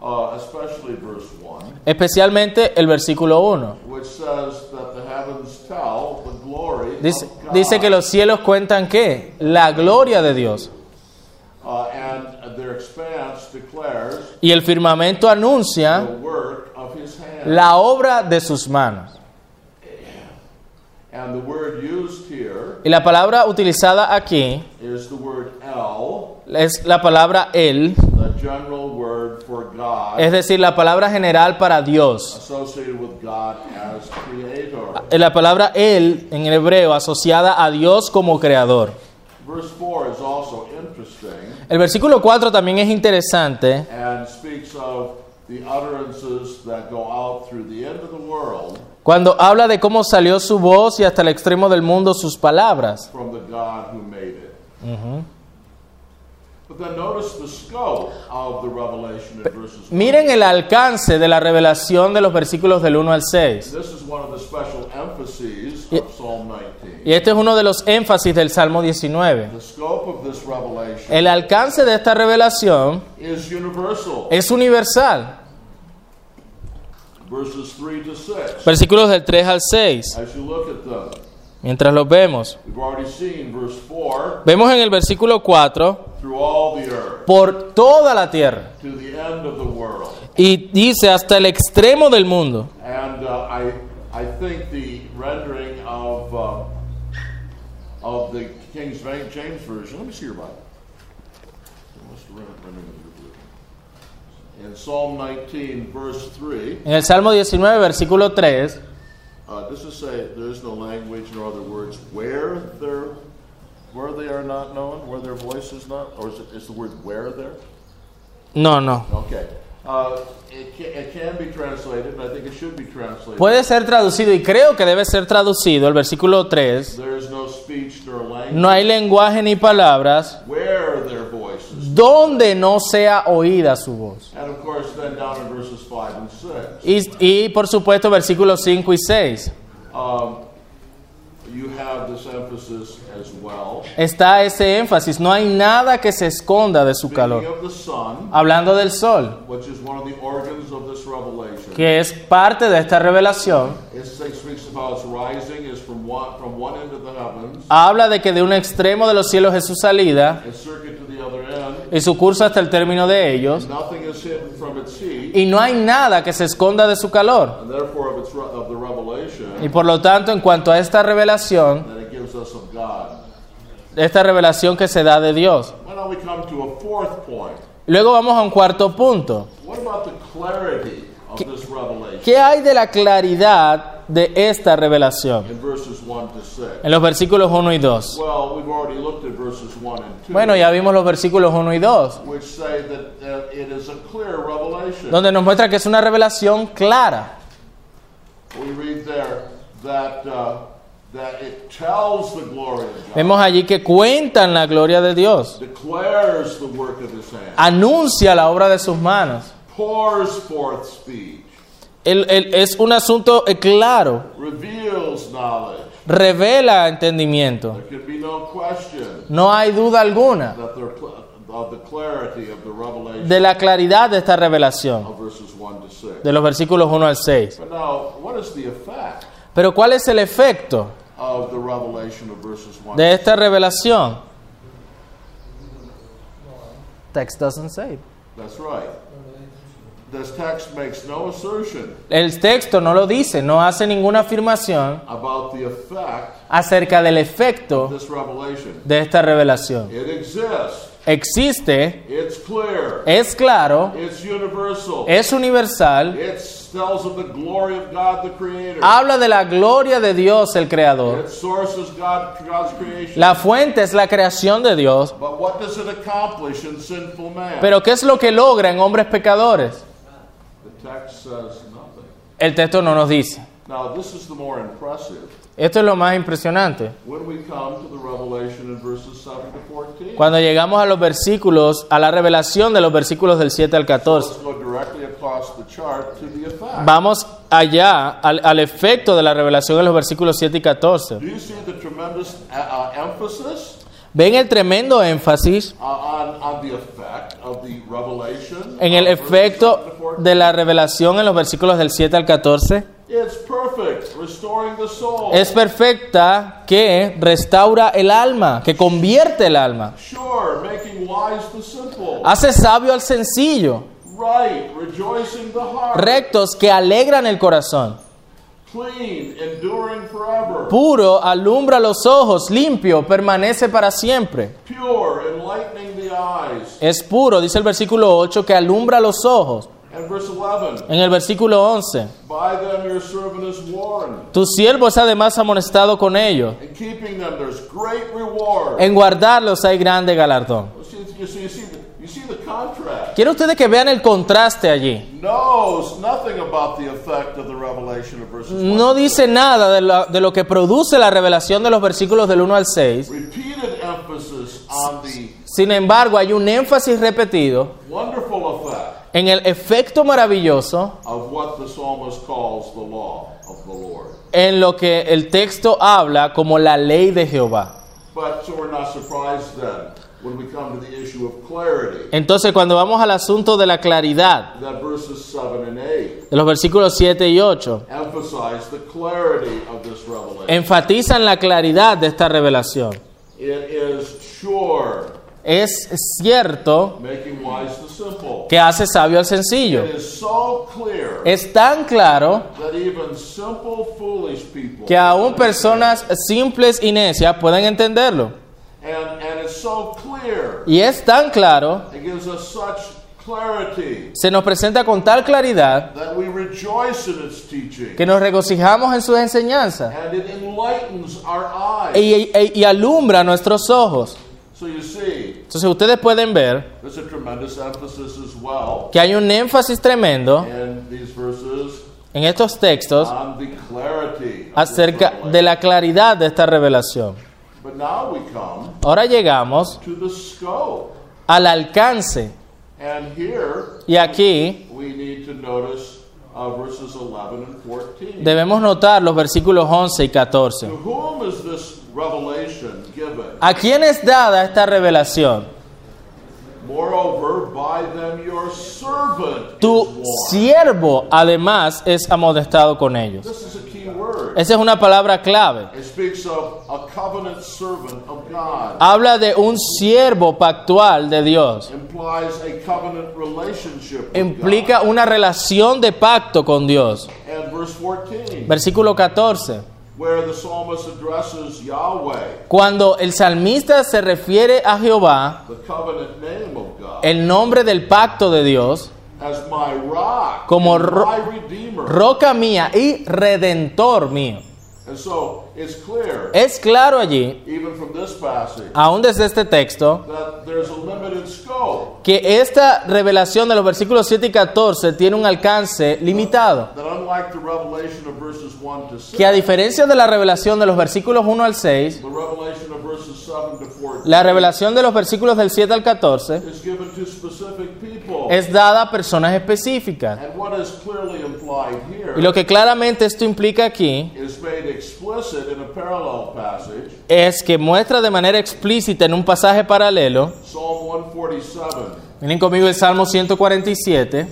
[SPEAKER 1] uh, especially verse 1,
[SPEAKER 2] especialmente el versículo 1.
[SPEAKER 1] which says that the heavens tell the glory
[SPEAKER 2] Dice,
[SPEAKER 1] of God,
[SPEAKER 2] dice que los cielos cuentan qué? La gloria de Dios.
[SPEAKER 1] uh, and their expanse declares
[SPEAKER 2] Y el firmamento anuncia
[SPEAKER 1] the work of his hand.
[SPEAKER 2] Ah. la obra de sus manos.
[SPEAKER 1] and the word used here
[SPEAKER 2] Y la palabra utilizada aquí
[SPEAKER 1] is the word El,
[SPEAKER 2] es la palabra Él,
[SPEAKER 1] the general word for God,
[SPEAKER 2] es decir, la palabra general para Dios.
[SPEAKER 1] associated with God as creator.
[SPEAKER 2] Eh, La palabra Él en el hebreo asociada a Dios como creador.
[SPEAKER 1] Verse 4 is also interesting.
[SPEAKER 2] El versículo 4 también es interesante
[SPEAKER 1] and speaks of the utterances that go out through the end of the world
[SPEAKER 2] cuando habla de cómo salió su voz y hasta el extremo del mundo sus palabras.
[SPEAKER 1] from the God who made it. But then notice the scope of the revelation in verses.
[SPEAKER 2] Miren el alcance de la revelación de los versículos del 1 al 6.
[SPEAKER 1] This is one of the special emphases of Psalm 19.
[SPEAKER 2] Y este es uno de los énfasis del Salmo 19.
[SPEAKER 1] The scope of this revelation
[SPEAKER 2] El alcance de esta revelación
[SPEAKER 1] is universal.
[SPEAKER 2] es universal.
[SPEAKER 1] Verses 3 to 6.
[SPEAKER 2] Versículos del 3 al 6.
[SPEAKER 1] As you look at them,
[SPEAKER 2] Mientras los vemos,
[SPEAKER 1] we've already seen verse 4
[SPEAKER 2] vemos en el versículo 4,
[SPEAKER 1] through all the earth
[SPEAKER 2] por toda la tierra.
[SPEAKER 1] to the end of the world.
[SPEAKER 2] Y dice hasta el extremo del mundo.
[SPEAKER 1] And uh, I, I think the rendering of, uh, of the King James Version, let me see your Bible. It must have rendered- rendered it in the Blue. In Psalm 19, verse 3,
[SPEAKER 2] En el Salmo 19, versículo 3,
[SPEAKER 1] uh, this is say, there is no language nor other words where there, where they are not known, where their voice is not, or is, it, is the word where there?
[SPEAKER 2] no, no.
[SPEAKER 1] Okay. Uh, it, can, it can be translated, and I think it should be translated.
[SPEAKER 2] Puede ser traducido, y creo que debe ser traducido, el versículo 3.
[SPEAKER 1] There is no speech nor language.
[SPEAKER 2] No hay lenguaje ni palabras
[SPEAKER 1] where their voices.
[SPEAKER 2] donde no sea oída su voz.
[SPEAKER 1] And of course, then down in verses 5 and 6,
[SPEAKER 2] Y, y, por supuesto versículos 5 y 6.
[SPEAKER 1] um, you have this emphasis as well.
[SPEAKER 2] Está ese énfasis, no hay nada que se esconda de su
[SPEAKER 1] Speaking
[SPEAKER 2] calor.
[SPEAKER 1] of the sun,
[SPEAKER 2] Hablando del sol,
[SPEAKER 1] which is one of the organs of this revelation,
[SPEAKER 2] que es parte de esta revelación,
[SPEAKER 1] it speaks about its rising is from one, from one end of the heavens,
[SPEAKER 2] habla de que de un extremo de los cielos es su salida
[SPEAKER 1] its circuit to the other end.
[SPEAKER 2] y su curso hasta el término de ellos,
[SPEAKER 1] Nothing is hidden from its heat,
[SPEAKER 2] y no hay nada que se esconda de su calor.
[SPEAKER 1] and therefore of its re- of the
[SPEAKER 2] Y
[SPEAKER 1] revelation
[SPEAKER 2] por lo tanto, en cuanto a esta revelación,
[SPEAKER 1] that it gives us of God.
[SPEAKER 2] esta revelación que se da de Dios.
[SPEAKER 1] Why don't we come to a fourth point?
[SPEAKER 2] Luego vamos a un cuarto punto.
[SPEAKER 1] What about the clarity of this revelation?
[SPEAKER 2] ¿Qué hay de la claridad de esta revelación?
[SPEAKER 1] in verses 1 to 6.
[SPEAKER 2] En los versículos 1 y 2.
[SPEAKER 1] Well, we've already looked at verses 1 and 2,
[SPEAKER 2] Bueno, ya vimos los versículos 1 y 2,
[SPEAKER 1] which say that uh, it is a clear revelation.
[SPEAKER 2] donde nos muestra que es una revelación clara.
[SPEAKER 1] We read there that, uh, that it tells the glory of God,
[SPEAKER 2] Vemos allí que cuentan la gloria de Dios,
[SPEAKER 1] declares the work of his hand,
[SPEAKER 2] Ah. anuncia la obra de sus manos.
[SPEAKER 1] pours forth speech,
[SPEAKER 2] El- el- es un asunto eh, claro,
[SPEAKER 1] reveals knowledge.
[SPEAKER 2] revela entendimiento.
[SPEAKER 1] There can be no question
[SPEAKER 2] No hay duda alguna
[SPEAKER 1] that there, of the clarity of the revelation
[SPEAKER 2] de la claridad de esta revelación,
[SPEAKER 1] of verses 1 to 6.
[SPEAKER 2] de los versículos 1 al 6.
[SPEAKER 1] But now, what is the effect
[SPEAKER 2] Pero ¿cuál es el efecto
[SPEAKER 1] of the revelation of verses 1
[SPEAKER 2] de esta revelación? Text doesn't say.
[SPEAKER 1] That's right. This text makes no assertion
[SPEAKER 2] El texto no lo dice, no hace ninguna afirmación
[SPEAKER 1] about the effect
[SPEAKER 2] acerca del
[SPEAKER 1] of
[SPEAKER 2] efecto
[SPEAKER 1] this revelation.
[SPEAKER 2] de esta revelación.
[SPEAKER 1] It exists.
[SPEAKER 2] Existe,
[SPEAKER 1] It's clear.
[SPEAKER 2] es claro,
[SPEAKER 1] It's universal.
[SPEAKER 2] es universal,
[SPEAKER 1] It tells of the glory of God the Creator.
[SPEAKER 2] habla de la gloria de Dios el Creador.
[SPEAKER 1] Its source is God, God's creation.
[SPEAKER 2] La fuente es la creación de Dios.
[SPEAKER 1] But what does it accomplish in sinful man?
[SPEAKER 2] Pero ¿qué es lo que logra en hombres pecadores?
[SPEAKER 1] the text says nothing.
[SPEAKER 2] El texto no nos dice.
[SPEAKER 1] Now, this is the more impressive
[SPEAKER 2] Esto es lo más impresionante.
[SPEAKER 1] when we come to the revelation in verses 7 to 14.
[SPEAKER 2] Cuando llegamos a los versículos, a la revelación de los versículos del 7 al 14.
[SPEAKER 1] Let's go directly across the chart to the effect.
[SPEAKER 2] Vamos allá al, al efecto de la revelación en los versículos 7 y 14.
[SPEAKER 1] Do you see the tremendous uh, uh, emphasis
[SPEAKER 2] Ven el tremendo énfasis
[SPEAKER 1] uh, on, on the effect of the revelation?
[SPEAKER 2] en el
[SPEAKER 1] of verses seven to
[SPEAKER 2] efecto
[SPEAKER 1] 14?
[SPEAKER 2] de la revelación en los versículos del 7 al 14.
[SPEAKER 1] It's perfect, restoring the soul.
[SPEAKER 2] Es perfecta que restaura el alma, que convierte el alma.
[SPEAKER 1] sure, making wise the simple.
[SPEAKER 2] Hace sabio al sencillo.
[SPEAKER 1] right, rejoicing the heart.
[SPEAKER 2] Rectos que alegran el corazón.
[SPEAKER 1] clean, enduring forever.
[SPEAKER 2] Puro alumbra los ojos. Limpio permanece para siempre.
[SPEAKER 1] pure, enlightening the eyes.
[SPEAKER 2] Es puro, dice el versículo 8, que alumbra los ojos.
[SPEAKER 1] And verse 11,
[SPEAKER 2] En el versículo 11.
[SPEAKER 1] by them your servant is warned.
[SPEAKER 2] Tu siervo es además amonestado con ellos.
[SPEAKER 1] In keeping them there's great reward.
[SPEAKER 2] En guardarlos hay grande galardón.
[SPEAKER 1] You see, you see, you see, the, you see the contrast.
[SPEAKER 2] Quiero ustedes que vean el contraste allí.
[SPEAKER 1] Knows nothing about the effect of the revelation of verses 1.
[SPEAKER 2] No dice nada de, la- de lo que produce la revelación de los versículos del 1 al 6,
[SPEAKER 1] Repeated emphasis on the
[SPEAKER 2] Sin embargo, hay un énfasis repetido
[SPEAKER 1] Wonderful effect
[SPEAKER 2] en el efecto maravilloso
[SPEAKER 1] of what the psalmist calls the law of the Lord.
[SPEAKER 2] en lo que el texto habla como la ley de Jehová.
[SPEAKER 1] But so we're not surprised then when we come to the issue of clarity,
[SPEAKER 2] Entonces, cuando vamos al asunto de la claridad,
[SPEAKER 1] that verses 7 and 8
[SPEAKER 2] de los versículos 7 y 8,
[SPEAKER 1] emphasize the clarity of this revelation.
[SPEAKER 2] enfatizan la claridad de esta revelación.
[SPEAKER 1] It is sure,
[SPEAKER 2] Es cierto
[SPEAKER 1] making wise the simple.
[SPEAKER 2] que hace sabio al sencillo.
[SPEAKER 1] It is so clear
[SPEAKER 2] Es tan claro
[SPEAKER 1] that even simple, foolish people
[SPEAKER 2] que aún personas simples y necias pueden entenderlo.
[SPEAKER 1] and, and it's so clear.
[SPEAKER 2] Y es tan claro,
[SPEAKER 1] It gives us such clarity
[SPEAKER 2] se nos presenta con tal claridad
[SPEAKER 1] that we rejoice in its teaching
[SPEAKER 2] que nos regocijamos en sus enseñanzas
[SPEAKER 1] and it enlightens our
[SPEAKER 2] y, e,
[SPEAKER 1] eyes.
[SPEAKER 2] y- y alumbra nuestros ojos.
[SPEAKER 1] So you see,
[SPEAKER 2] Entonces ustedes pueden ver
[SPEAKER 1] there's a tremendous emphasis as well
[SPEAKER 2] que hay un énfasis tremendo
[SPEAKER 1] in these verses
[SPEAKER 2] en estos textos
[SPEAKER 1] on the clarity of this
[SPEAKER 2] acerca de
[SPEAKER 1] revelation.
[SPEAKER 2] la claridad de esta revelación.
[SPEAKER 1] But now we come
[SPEAKER 2] Ahora llegamos
[SPEAKER 1] to the scope.
[SPEAKER 2] al alcance
[SPEAKER 1] And here
[SPEAKER 2] y aquí
[SPEAKER 1] we need to notice uh, verses 11 and 14.
[SPEAKER 2] debemos notar los versículos 11 y
[SPEAKER 1] to
[SPEAKER 2] 14.
[SPEAKER 1] whom is this revelation given?
[SPEAKER 2] ¿A quién es dada esta revelación?
[SPEAKER 1] Moreover, by them your servant is
[SPEAKER 2] Tu
[SPEAKER 1] warned.
[SPEAKER 2] siervo además es amonestado con ellos.
[SPEAKER 1] This is a key word.
[SPEAKER 2] Esa es una palabra clave.
[SPEAKER 1] It speaks of a covenant servant of God.
[SPEAKER 2] Habla de un siervo pactual de Dios.
[SPEAKER 1] Implies a covenant relationship with
[SPEAKER 2] Implica
[SPEAKER 1] God.
[SPEAKER 2] una relación de pacto con Dios.
[SPEAKER 1] And verse 14,
[SPEAKER 2] Versículo 14.
[SPEAKER 1] where the psalmist addresses Yahweh,
[SPEAKER 2] Cuando el salmista se refiere a Jehová,
[SPEAKER 1] the covenant name of God,
[SPEAKER 2] el nombre del pacto de Dios,
[SPEAKER 1] as my rock,
[SPEAKER 2] Como
[SPEAKER 1] and
[SPEAKER 2] ro-
[SPEAKER 1] my redeemer.
[SPEAKER 2] roca mía y redentor mío.
[SPEAKER 1] And so it's clear,
[SPEAKER 2] Es claro allí,
[SPEAKER 1] even from this passage,
[SPEAKER 2] aún desde este texto,
[SPEAKER 1] that there's a limited scope.
[SPEAKER 2] que esta revelación de los versículos 7 y 14 tiene un alcance limitado.
[SPEAKER 1] That unlike the revelation of verses 1 to 6,
[SPEAKER 2] que a diferencia de la revelación de los versículos 1 al 6,
[SPEAKER 1] the revelation of verses 7 to 14
[SPEAKER 2] la revelación de los versículos del 7 al 14
[SPEAKER 1] is given to specific people.
[SPEAKER 2] es dada a personas específicas.
[SPEAKER 1] and what is clearly implied here
[SPEAKER 2] Y
[SPEAKER 1] is
[SPEAKER 2] lo que claramente esto implica aquí
[SPEAKER 1] made explicit in a parallel passage,
[SPEAKER 2] es que muestra de manera explícita en un pasaje paralelo,
[SPEAKER 1] Psalm 147.
[SPEAKER 2] miren conmigo el Salmo 147,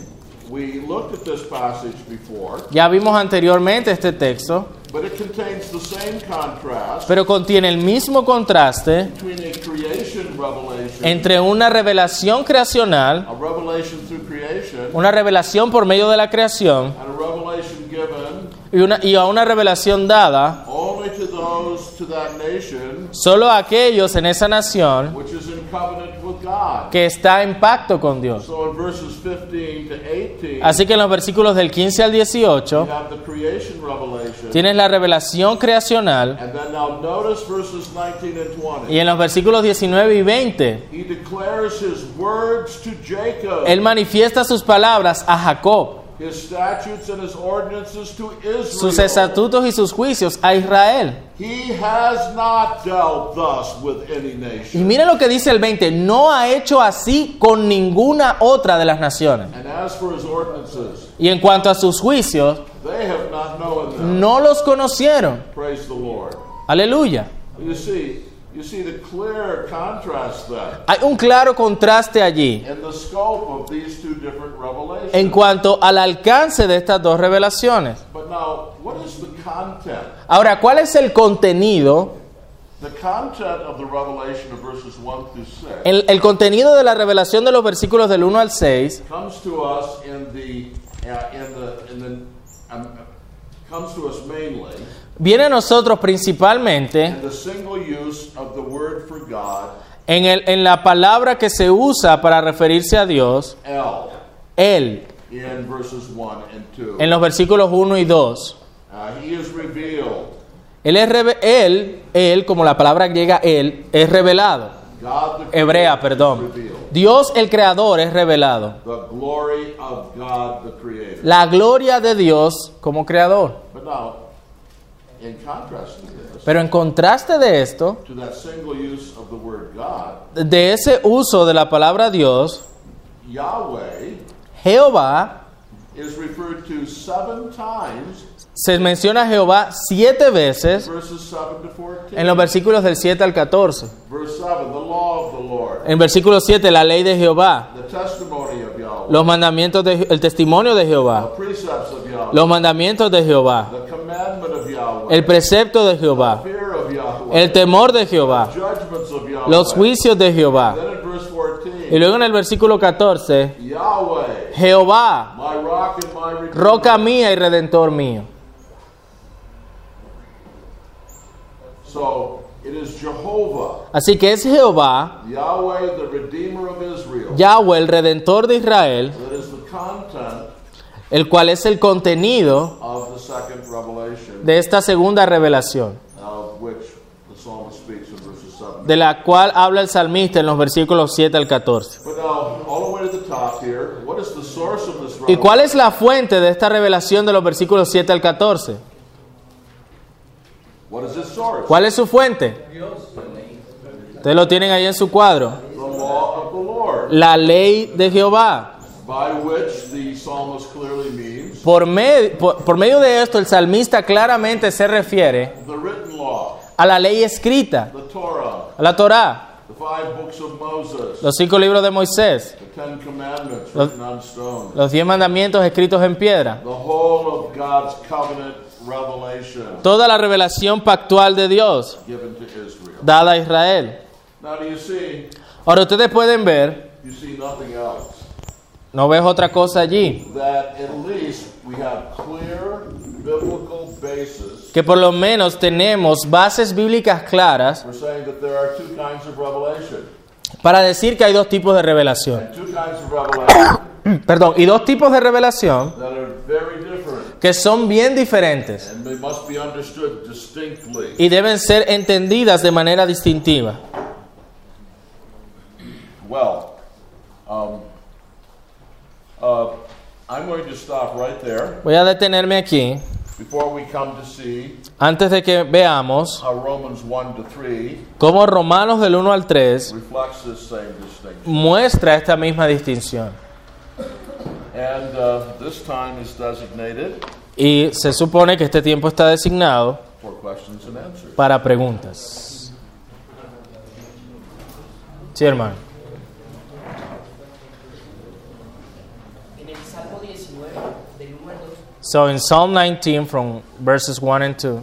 [SPEAKER 1] We looked at this passage before,
[SPEAKER 2] ya vimos anteriormente este texto,
[SPEAKER 1] but it contains the same contrast
[SPEAKER 2] pero contiene el mismo contraste
[SPEAKER 1] between a creation revelation,
[SPEAKER 2] entre una revelación creacional,
[SPEAKER 1] a revelation through creation,
[SPEAKER 2] una revelación por medio de la creación,
[SPEAKER 1] and a revelation given
[SPEAKER 2] y, una, y a una revelación dada
[SPEAKER 1] only to those to that nation
[SPEAKER 2] Solo aquellos en esa nación
[SPEAKER 1] which is in covenant with God.
[SPEAKER 2] que está en pacto con Dios.
[SPEAKER 1] So in verses 15 to 18,
[SPEAKER 2] Así que en los versículos del 15 al
[SPEAKER 1] you
[SPEAKER 2] 18
[SPEAKER 1] have the creation revelation.
[SPEAKER 2] tienes la revelación creacional
[SPEAKER 1] And then now notice verses 19 and 20.
[SPEAKER 2] y en los versículos 19 y 20
[SPEAKER 1] He declares his words to Jacob,
[SPEAKER 2] él manifiesta sus palabras a Jacob,
[SPEAKER 1] his statutes and his ordinances to Israel.
[SPEAKER 2] sus estatutos y sus juicios a Israel.
[SPEAKER 1] He has not dealt thus with any
[SPEAKER 2] Y
[SPEAKER 1] nation.
[SPEAKER 2] mira lo que dice el 20, no ha hecho así con ninguna otra de las naciones.
[SPEAKER 1] And as for his ordinances,
[SPEAKER 2] Y en cuanto a sus juicios,
[SPEAKER 1] they have not known them.
[SPEAKER 2] no los conocieron.
[SPEAKER 1] Praise the Lord.
[SPEAKER 2] Aleluya.
[SPEAKER 1] You see, you see the clear contrast then
[SPEAKER 2] Hay un claro contraste allí.
[SPEAKER 1] in the scope of these two different
[SPEAKER 2] en
[SPEAKER 1] revelations.
[SPEAKER 2] cuanto al alcance de estas dos revelaciones.
[SPEAKER 1] But now, what is the content?
[SPEAKER 2] Ahora, ¿cuál es el contenido?
[SPEAKER 1] The content of the revelation of verses 1 through 6
[SPEAKER 2] El, el contenido de la revelación de los versículos del 1 al 6
[SPEAKER 1] comes to us in the uh, in the in the um, comes to us mainly
[SPEAKER 2] viene a nosotros
[SPEAKER 1] in
[SPEAKER 2] principalmente
[SPEAKER 1] the single use of the word for God
[SPEAKER 2] en, el- en la palabra que se usa para referirse a Dios,
[SPEAKER 1] L
[SPEAKER 2] Él,
[SPEAKER 1] in verses 1 and 2.
[SPEAKER 2] en los versículos 1 y 2.
[SPEAKER 1] Uh, he is revealed.
[SPEAKER 2] Él, es reve- él, él, como la palabra griega Él, es revelado.
[SPEAKER 1] God the Creator
[SPEAKER 2] Hebrea,
[SPEAKER 1] is
[SPEAKER 2] perdón.
[SPEAKER 1] revealed.
[SPEAKER 2] Dios el Creador es revelado.
[SPEAKER 1] The glory of God the Creator.
[SPEAKER 2] La gloria de Dios como Creador.
[SPEAKER 1] But now, in contrast to this, us.
[SPEAKER 2] Pero en contraste de esto,
[SPEAKER 1] To that single use of the word God,
[SPEAKER 2] de ese uso de la palabra Dios,
[SPEAKER 1] Yahweh
[SPEAKER 2] Jehová,
[SPEAKER 1] is referred to seven times
[SPEAKER 2] se menciona a Jehová siete
[SPEAKER 1] in
[SPEAKER 2] veces
[SPEAKER 1] verses 7 to 14.
[SPEAKER 2] en los versículos del 7 al 14.
[SPEAKER 1] Verse 7, the law of the Lord,
[SPEAKER 2] En versículo 7, la ley de Jehová,
[SPEAKER 1] the testimony of Yahweh,
[SPEAKER 2] los mandamientos, de, el testimonio de
[SPEAKER 1] the
[SPEAKER 2] Jehová,
[SPEAKER 1] precepts of Yahweh,
[SPEAKER 2] los mandamientos de Jehová,
[SPEAKER 1] the commandment of Yahweh,
[SPEAKER 2] el precepto de
[SPEAKER 1] the
[SPEAKER 2] Jehová,
[SPEAKER 1] fear of Yahweh,
[SPEAKER 2] el temor de Jehová,
[SPEAKER 1] judgments of Yahweh.
[SPEAKER 2] los juicios de Jehová.
[SPEAKER 1] Then in verse
[SPEAKER 2] Y
[SPEAKER 1] 14,
[SPEAKER 2] luego en el versículo 14,
[SPEAKER 1] Yahweh,
[SPEAKER 2] Jehová,
[SPEAKER 1] my rock and my redeemer.
[SPEAKER 2] roca mía y redentor mío.
[SPEAKER 1] So it is Jehovah,
[SPEAKER 2] Así que es Jehová,
[SPEAKER 1] Yahweh, the redeemer of Israel.
[SPEAKER 2] Yahweh, el redentor de Israel,
[SPEAKER 1] That is the content
[SPEAKER 2] el cual es el contenido
[SPEAKER 1] of the second revelation,
[SPEAKER 2] de esta segunda revelación,
[SPEAKER 1] of which the psalmist speaks in verses 7.
[SPEAKER 2] de la cual habla el salmista en los versículos 7 al 14.
[SPEAKER 1] But now, all the way to the top here, what is the source of this
[SPEAKER 2] ¿Y
[SPEAKER 1] revelation?
[SPEAKER 2] cuál es la fuente de esta revelación de los versículos 7 al 14?
[SPEAKER 1] What is its source?
[SPEAKER 2] ¿Cuál es su fuente? Ustedes lo tienen ahí en su cuadro.
[SPEAKER 1] The law of the Lord,
[SPEAKER 2] La ley de Jehová.
[SPEAKER 1] by which the psalmist clearly means
[SPEAKER 2] Por, me- por- por medio de esto, el salmista claramente se refiere
[SPEAKER 1] the written law,
[SPEAKER 2] a la ley escrita,
[SPEAKER 1] the Torah,
[SPEAKER 2] a la Torá,
[SPEAKER 1] the five books of Moses,
[SPEAKER 2] los cinco libros de Moisés,
[SPEAKER 1] the Ten Commandments
[SPEAKER 2] Los-
[SPEAKER 1] written on stone,
[SPEAKER 2] los diez mandamientos escritos en piedra,
[SPEAKER 1] the whole of God's covenant revelation
[SPEAKER 2] toda la revelación pactual de Dios
[SPEAKER 1] given to Israel.
[SPEAKER 2] dada a Israel.
[SPEAKER 1] Now, do you see?
[SPEAKER 2] Ahora ustedes pueden ver,
[SPEAKER 1] You see nothing else.
[SPEAKER 2] no ves otra cosa allí,
[SPEAKER 1] That at least we have clear biblical basis
[SPEAKER 2] que por lo menos tenemos bases bíblicas claras
[SPEAKER 1] for saying that there are two kinds of revelation.
[SPEAKER 2] para decir que hay dos tipos de revelación.
[SPEAKER 1] And two kinds of revelation
[SPEAKER 2] <clears throat> Perdón, y dos tipos de revelación
[SPEAKER 1] that are very different
[SPEAKER 2] que son bien diferentes
[SPEAKER 1] and they must be understood distinctly.
[SPEAKER 2] y deben ser entendidas de manera distintiva.
[SPEAKER 1] Well, um, uh, I'm going to stop right there
[SPEAKER 2] Voy a detenerme aquí
[SPEAKER 1] before we come to see
[SPEAKER 2] antes de que veamos
[SPEAKER 1] how Romans 1 to 3
[SPEAKER 2] cómo Romanos del 1 al 3
[SPEAKER 1] reflects this same distinction.
[SPEAKER 2] muestra esta misma distinción.
[SPEAKER 1] And uh, this time is designated
[SPEAKER 2] Y se supone que este tiempo está designado
[SPEAKER 1] for questions and answers.
[SPEAKER 2] para preguntas. Sí, hermano.
[SPEAKER 5] En el Salmo 19, del 1 al 2,
[SPEAKER 2] So in Psalm 19 from verses 1 and 2,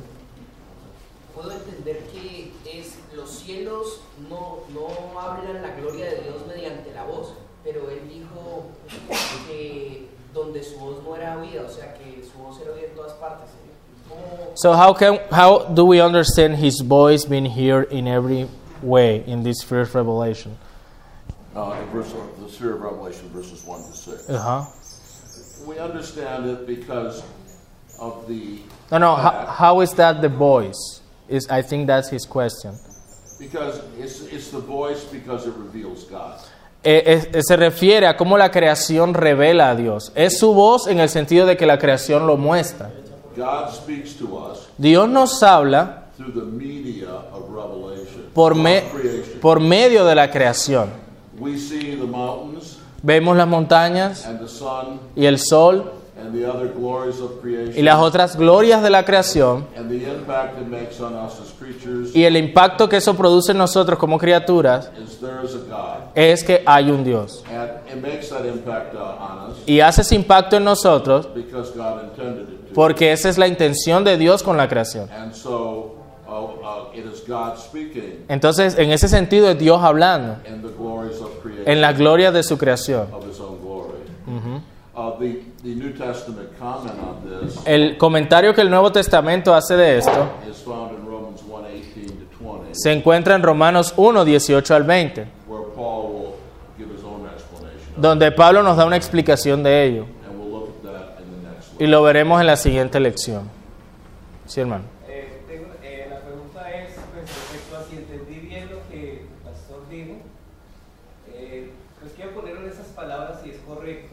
[SPEAKER 5] puedo entender que es los cielos no, no hablan la gloria de Dios mediante la voz, pero él dijo que donde su voz no era oída, o sea que su voz era oída en todas partes. ¿Cómo
[SPEAKER 2] so how can how do we understand his voice being heard in every way in this first revelation?
[SPEAKER 1] Uh, in verse, the sphere of Revelation, verses 1 to 6.
[SPEAKER 2] Uh-huh.
[SPEAKER 1] We understand it because of the
[SPEAKER 2] No, no, how, how is that the voice? Is I think that's his question.
[SPEAKER 1] because it's it's the voice because it reveals God.
[SPEAKER 2] Eh, eh, eh, se refiere a cómo la creación revela a Dios. Es su voz en el sentido de que la creación lo muestra.
[SPEAKER 1] God speaks to us
[SPEAKER 2] Dios nos habla
[SPEAKER 1] through the media of revelation.
[SPEAKER 2] por,
[SPEAKER 1] of
[SPEAKER 2] me-
[SPEAKER 1] creation.
[SPEAKER 2] por medio de la creación.
[SPEAKER 1] we see the mountains
[SPEAKER 2] Vemos las montañas
[SPEAKER 1] and the sun
[SPEAKER 2] y el sol
[SPEAKER 1] and the other glories of
[SPEAKER 2] y
[SPEAKER 1] creation
[SPEAKER 2] las otras glorias de la creación
[SPEAKER 1] and the impact it makes on us as creatures
[SPEAKER 2] y el impacto que eso produce en nosotros como criaturas
[SPEAKER 1] is there is a God.
[SPEAKER 2] es que hay un Dios.
[SPEAKER 1] And it makes that impact uh, on us
[SPEAKER 2] Y hace ese impacto en nosotros
[SPEAKER 1] because God intended it to.
[SPEAKER 2] porque esa es la intención de Dios con la creación.
[SPEAKER 1] And so uh, uh, it is God speaking
[SPEAKER 2] Entonces, en ese sentido es Dios hablando
[SPEAKER 1] in the glories of creation
[SPEAKER 2] en la Mm-hmm. gloria de su creación.
[SPEAKER 1] of His own glory. Uh, the, the New Testament comment on this
[SPEAKER 2] El comentario que el Nuevo Testamento hace de esto
[SPEAKER 1] is found in Romans 1 to 20,
[SPEAKER 2] se encuentra en Romanos 1, 18 al 20,
[SPEAKER 1] where Paul will give his own explanation of
[SPEAKER 2] donde Pablo nos da una explicación de ello.
[SPEAKER 1] it, and we'll look at that in the next
[SPEAKER 2] Y
[SPEAKER 1] lesson.
[SPEAKER 2] lo veremos en la siguiente lección. Sí, hermano.
[SPEAKER 3] Eh, tengo- eh, la pregunta es pues, respecto a si entendí bien lo que el pastor dijo. Eh, pues quiero ponerlo en esas palabras si es correcto.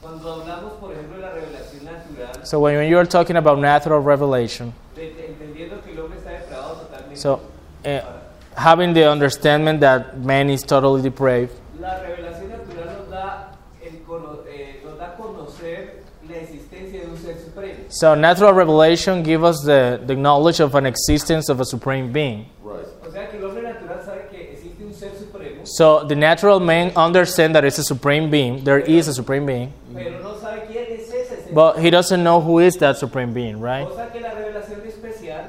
[SPEAKER 3] Cuando hablamos, por ejemplo, de la revelación natural,
[SPEAKER 2] So when you are talking about natural revelation,
[SPEAKER 3] de- de- entendiendo que
[SPEAKER 2] So, eh, having the understanding that man is totally depraved,
[SPEAKER 6] La revelación natural nos da, el, cono- eh, nos da a conocer la existencia de un ser supremo.
[SPEAKER 2] so natural revelation gives us the, the knowledge of an existence of a supreme being.
[SPEAKER 1] Right.
[SPEAKER 6] O sea que el hombre natural sabe que existe un ser supremo,
[SPEAKER 2] So the natural man understands that it's a supreme being. There is a supreme being,
[SPEAKER 6] pero no sabe quién es ese ser.
[SPEAKER 2] but he doesn't know who is that supreme being, right?
[SPEAKER 6] Cosa que la revelación especial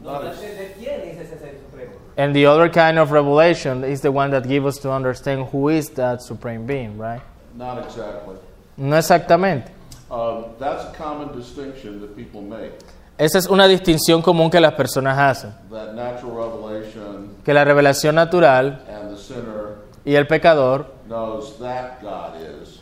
[SPEAKER 6] nos da a entender quién es ese ser supremo.
[SPEAKER 2] And the other kind of revelation is the one that gives us to understand who is that supreme being, right?
[SPEAKER 1] Not exactly.
[SPEAKER 2] No exactamente.
[SPEAKER 1] Um, that's a common distinction that people make.
[SPEAKER 2] Esa es una distinción común que las personas hacen,
[SPEAKER 1] That natural revelation
[SPEAKER 2] que la revelación natural
[SPEAKER 1] and the sinner
[SPEAKER 2] y el pecador
[SPEAKER 1] knows that God is,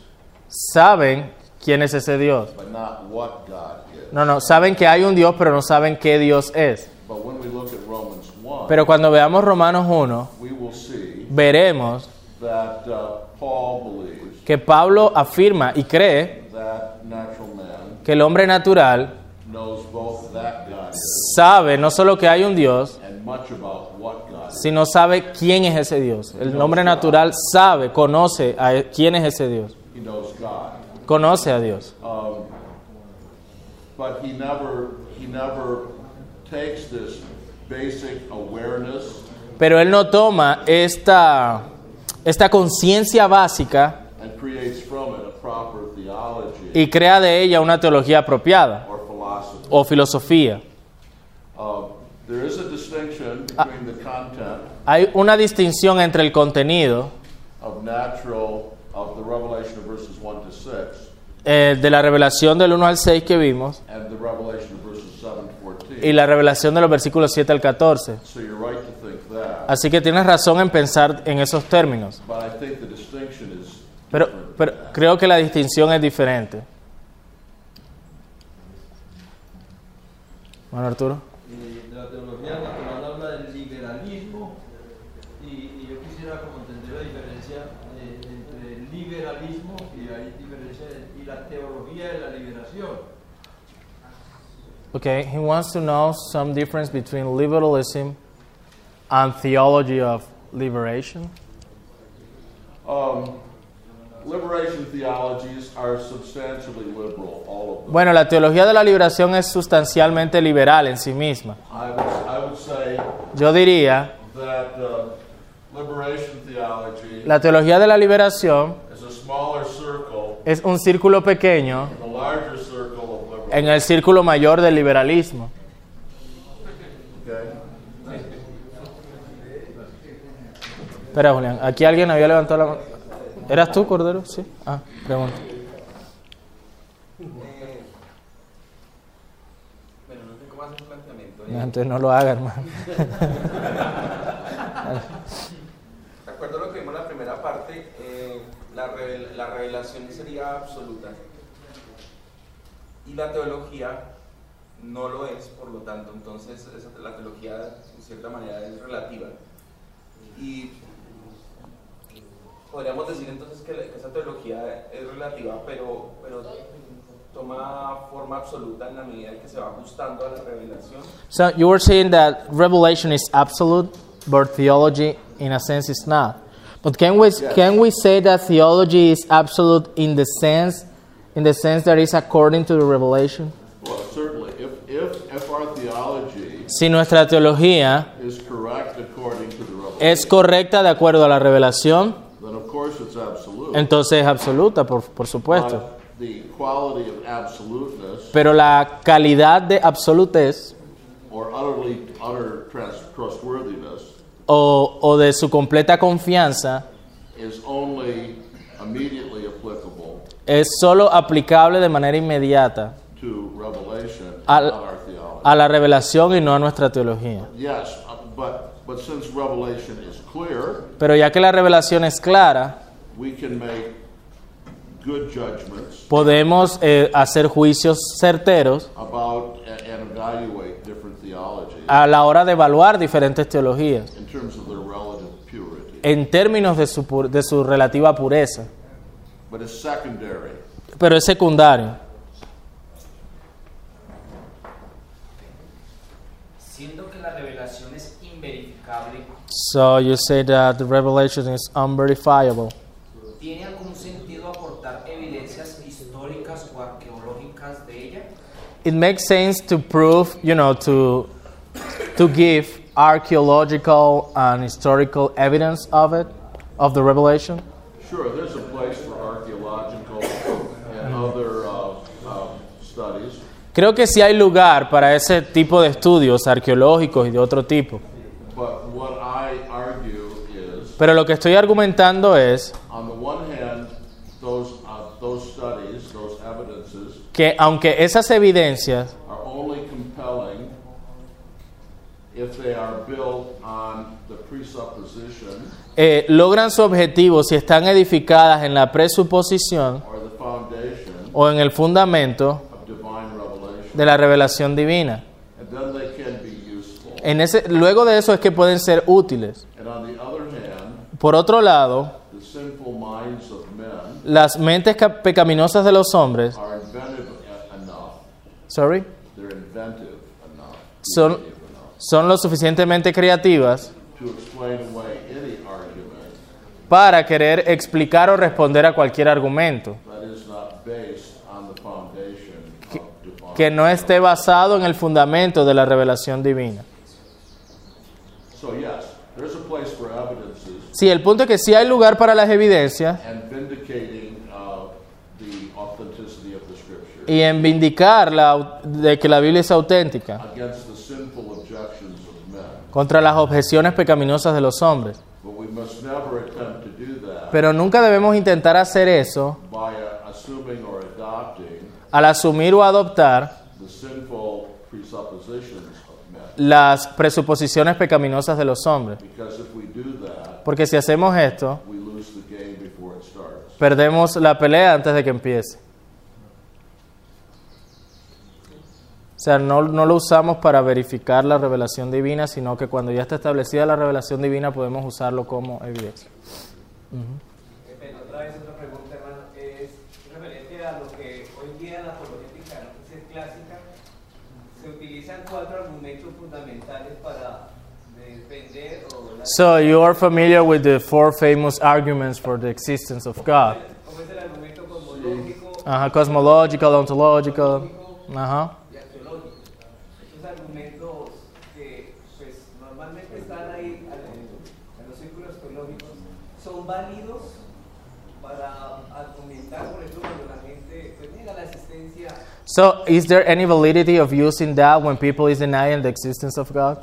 [SPEAKER 2] saben quién es ese Dios.
[SPEAKER 1] but not what God is.
[SPEAKER 2] No, no, saben que hay un Dios, pero no saben qué Dios es.
[SPEAKER 1] But when we look at Romans 1,
[SPEAKER 2] Pero cuando veamos Romanos 1,
[SPEAKER 1] we will see
[SPEAKER 2] veremos
[SPEAKER 1] that uh, Paul believes
[SPEAKER 2] que Pablo afirma y cree
[SPEAKER 1] that natural man
[SPEAKER 2] que el hombre natural
[SPEAKER 1] knows both that God is
[SPEAKER 2] sabe no solo que hay un Dios,
[SPEAKER 1] and much about what God is.
[SPEAKER 2] sino sabe quién es ese Dios. El hombre natural sabe, conoce a e- quién es ese Dios,
[SPEAKER 1] He knows God.
[SPEAKER 2] conoce a Dios.
[SPEAKER 1] Um, but he never he never takes this basic awareness
[SPEAKER 2] Pero él no toma esta, esta conciencia básica
[SPEAKER 1] and creates from it a proper theology
[SPEAKER 2] y crea de ella una teología apropiada
[SPEAKER 1] or philosophy.
[SPEAKER 2] o filosofía.
[SPEAKER 1] Um, there is a distinction between the content
[SPEAKER 2] Hay una distinción entre el contenido
[SPEAKER 1] of natural of the revelation of verses one to six
[SPEAKER 2] eh, de la revelación del 1 al 6 que vimos
[SPEAKER 1] and the revelation of verses seven to fourteen.
[SPEAKER 2] y la revelación de los versículos 7 al 14.
[SPEAKER 1] So you're right to think that,
[SPEAKER 2] Así que tienes razón en pensar en esos términos.
[SPEAKER 1] but I think the distinction is
[SPEAKER 2] Pero,
[SPEAKER 1] different.
[SPEAKER 2] pero creo que la distinción es diferente. Bueno, Arturo.
[SPEAKER 7] Eh, la teología natural habla del liberalismo y, y yo quisiera como entender la diferencia eh, entre el liberalismo y, hay diferencia de- y la teología de la liberación.
[SPEAKER 2] Okay, he wants to know some difference between liberalism and theology of liberation.
[SPEAKER 1] Um, liberation theologies are substantially liberal, all of them.
[SPEAKER 2] Bueno, la teología de la liberación es sustancialmente liberal en sí misma.
[SPEAKER 1] I would, I would say
[SPEAKER 2] Yo diría,
[SPEAKER 1] that uh, liberation theology
[SPEAKER 2] la teología de la liberación
[SPEAKER 1] is a smaller circle
[SPEAKER 2] es un círculo pequeño
[SPEAKER 1] in the larger circle of liberal.
[SPEAKER 2] en el círculo mayor del liberalismo.
[SPEAKER 1] Okay?
[SPEAKER 2] Espera, Julián, aquí alguien había levantado la mano. ¿Eras tú, Cordero? Sí. Ah, pregunta.
[SPEAKER 3] Eh, Bueno, no sé cómo hacer un planteamiento. ¿eh?
[SPEAKER 2] No, entonces no lo haga, hermano.
[SPEAKER 3] De acuerdo a lo que vimos en la primera parte, eh, la, revel- la revelación sería absoluta. Y la teología no lo es, por lo tanto, entonces esa- la teología en cierta manera es relativa. Y podríamos decir entonces que, la- que esa teología es relativa, pero, pero toma forma absoluta en la medida en que se va ajustando a la revelación.
[SPEAKER 2] So you were saying that revelation is absolute, but theology, in a sense, is not. But can we can we say that theology is absolute in the sense, in the sense that is according to the revelation?
[SPEAKER 1] Well, certainly, if, if, if our theology
[SPEAKER 2] Si nuestra teología
[SPEAKER 1] is correct according to the revelation,
[SPEAKER 2] es correcta de acuerdo a la revelación,
[SPEAKER 1] then of course it's absolute.
[SPEAKER 2] entonces es absoluta, por, por supuesto.
[SPEAKER 1] but the quality of absoluteness
[SPEAKER 2] Pero la calidad de absolutez
[SPEAKER 1] or utterly utter trans- trustworthiness
[SPEAKER 2] o, o de su completa confianza
[SPEAKER 1] is only immediately applicable
[SPEAKER 2] es solo aplicable de manera inmediata
[SPEAKER 1] to revelation,
[SPEAKER 2] Al-
[SPEAKER 1] not our theology.
[SPEAKER 2] a la revelación y no a nuestra teología.
[SPEAKER 1] yes, uh, but but since revelation is clear,
[SPEAKER 2] Pero ya que la revelación es clara,
[SPEAKER 1] we can make good judgments
[SPEAKER 2] podemos eh, hacer juicios certeros
[SPEAKER 1] about a- and evaluate different theologies
[SPEAKER 2] a la hora de evaluar diferentes teologías
[SPEAKER 1] in terms of their relative purity.
[SPEAKER 2] en términos de su, pu- de su relativa pureza.
[SPEAKER 1] But it's secondary.
[SPEAKER 2] Pero es secundario.
[SPEAKER 5] Siendo que la revelación es inexplicable,
[SPEAKER 2] So you say that the revelation is unverifiable.
[SPEAKER 5] ¿tiene algún sentido aportar evidencias históricas o arqueológicas de ella?
[SPEAKER 2] It makes sense to prove, you know, to to give archaeological and historical evidence of it, of the revelation.
[SPEAKER 1] Sure, there's a place for archaeological and other uh, uh, studies.
[SPEAKER 2] Creo que sí hay lugar para ese tipo de estudios arqueológicos y de otro tipo.
[SPEAKER 1] But what I argue is,
[SPEAKER 2] Pero lo que estoy argumentando es
[SPEAKER 1] on the one hand, those, uh, those studies, those evidences
[SPEAKER 2] que aunque esas evidencias
[SPEAKER 1] are only compelling if they are built on the presupposition
[SPEAKER 2] eh, logran su objetivo si están edificadas en la presuposición
[SPEAKER 1] or the foundation
[SPEAKER 2] o en el fundamento
[SPEAKER 1] of divine revelation,
[SPEAKER 2] de la revelación divina.
[SPEAKER 1] and then they can be useful.
[SPEAKER 2] En ese, luego de eso es que pueden ser útiles.
[SPEAKER 1] And on the other hand,
[SPEAKER 2] Por otro lado,
[SPEAKER 1] the sinful minds of men
[SPEAKER 2] las mentes ca- pecaminosas de los hombres
[SPEAKER 1] are inventive e- enough.
[SPEAKER 2] sorry,
[SPEAKER 1] They're inventive enough,
[SPEAKER 2] son,
[SPEAKER 1] creative enough
[SPEAKER 2] son lo suficientemente creativas
[SPEAKER 1] to explain away any argument
[SPEAKER 2] para querer explicar o responder a cualquier argumento
[SPEAKER 1] that is not based on the foundation of divine.
[SPEAKER 2] que no esté basado en el fundamento de la revelación divina.
[SPEAKER 1] So yes, there's a place for evidences
[SPEAKER 2] Sí, el punto es que sí hay lugar para las evidencias
[SPEAKER 1] and vindicating uh, the authenticity of the scripture
[SPEAKER 2] y en vindicar la au- de que la Biblia es auténtica
[SPEAKER 1] against the sinful objections of men.
[SPEAKER 2] contra las objeciones pecaminosas de los hombres.
[SPEAKER 1] But we must never attempt to do that
[SPEAKER 2] Pero nunca debemos intentar hacer eso
[SPEAKER 1] by uh, assuming or adopting
[SPEAKER 2] al asumir o adoptar
[SPEAKER 1] the sinful presuppositions of men.
[SPEAKER 2] las presuposiciones pecaminosas de los hombres.
[SPEAKER 1] Because if we do that,
[SPEAKER 2] Porque si hacemos esto,
[SPEAKER 1] we lose the game before it starts.
[SPEAKER 2] perdemos la pelea antes de que empiece. O sea, no, no lo usamos para verificar la revelación divina, sino que cuando ya está establecida la revelación divina podemos usarlo como evidencia.
[SPEAKER 6] Eh, pero otra vez otra pregunta, hermano, es referente a lo que hoy en día la apologética es clásica. Se utilizan cuatro argumentos fundamentales para defender o la-
[SPEAKER 2] So you are familiar with the four famous arguments for the existence of God.
[SPEAKER 6] como es el argumento cosmológico,
[SPEAKER 2] Ajá, cosmological, ontological. uh-huh. Ajá.
[SPEAKER 6] y arqueológico. Esos argumentos que pues, normalmente están ahí al- en los círculos teológicos son válidos para argumentar, por ejemplo, cuando la gente pues, niega la existencia.
[SPEAKER 2] So is there any validity of using that when people is denying the existence of God?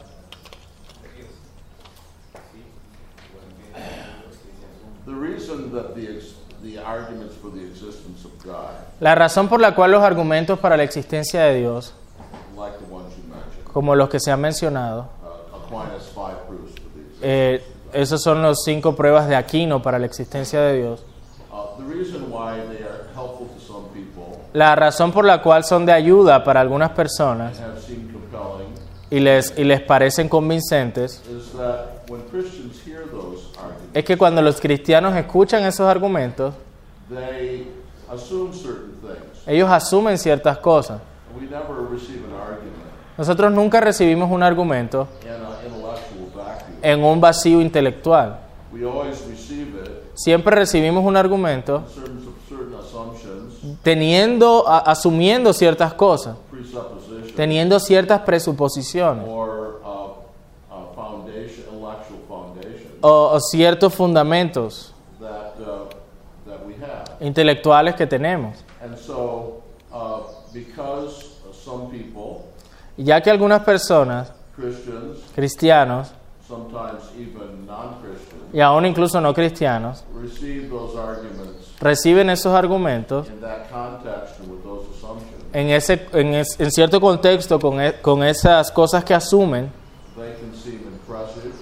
[SPEAKER 1] The reason that the, ex- the arguments for the existence of God,
[SPEAKER 2] La razón por la cual los argumentos para la existencia de Dios,
[SPEAKER 1] like the ones you mentioned,
[SPEAKER 2] como los que se han mencionado,
[SPEAKER 1] uh, Aquinas five proofs for the existence.
[SPEAKER 2] Eh, esas son las cinco pruebas de Aquino para la existencia de Dios.
[SPEAKER 1] Uh, the reason why they are helpful to some people
[SPEAKER 2] La razón por la cual son de ayuda para algunas
[SPEAKER 1] and
[SPEAKER 2] personas
[SPEAKER 1] have seemed compelling
[SPEAKER 2] y les, y les parecen convincentes
[SPEAKER 1] is that when Christians hear those arguments,
[SPEAKER 2] es que cuando los cristianos escuchan esos argumentos,
[SPEAKER 1] they assume certain things.
[SPEAKER 2] ellos asumen ciertas cosas.
[SPEAKER 1] We never receive an argument
[SPEAKER 2] Nosotros nunca recibimos un argumento
[SPEAKER 1] in an intellectual vacuum.
[SPEAKER 2] en un vacío intelectual.
[SPEAKER 1] We always receive it
[SPEAKER 2] Siempre recibimos un argumento
[SPEAKER 1] in terms of certain assumptions,
[SPEAKER 2] teniendo, a- asumiendo ciertas cosas,
[SPEAKER 1] presuppositions,
[SPEAKER 2] teniendo ciertas presuposiciones
[SPEAKER 1] or uh, uh, foundation, intellectual foundation.
[SPEAKER 2] o- o ciertos fundamentos
[SPEAKER 1] that, uh, that we have.
[SPEAKER 2] intelectuales que tenemos.
[SPEAKER 1] And so, uh, because some people,
[SPEAKER 2] ya que algunas personas,
[SPEAKER 1] Christians,
[SPEAKER 2] cristianos,
[SPEAKER 1] sometimes even non Christians,
[SPEAKER 2] y aún incluso no cristianos,
[SPEAKER 1] receive those arguments
[SPEAKER 2] reciben esos argumentos
[SPEAKER 1] in that context and with those assumptions,
[SPEAKER 2] en, ese, en, es- en cierto contexto, con, e- con esas cosas que asumen,
[SPEAKER 1] they can seem impressive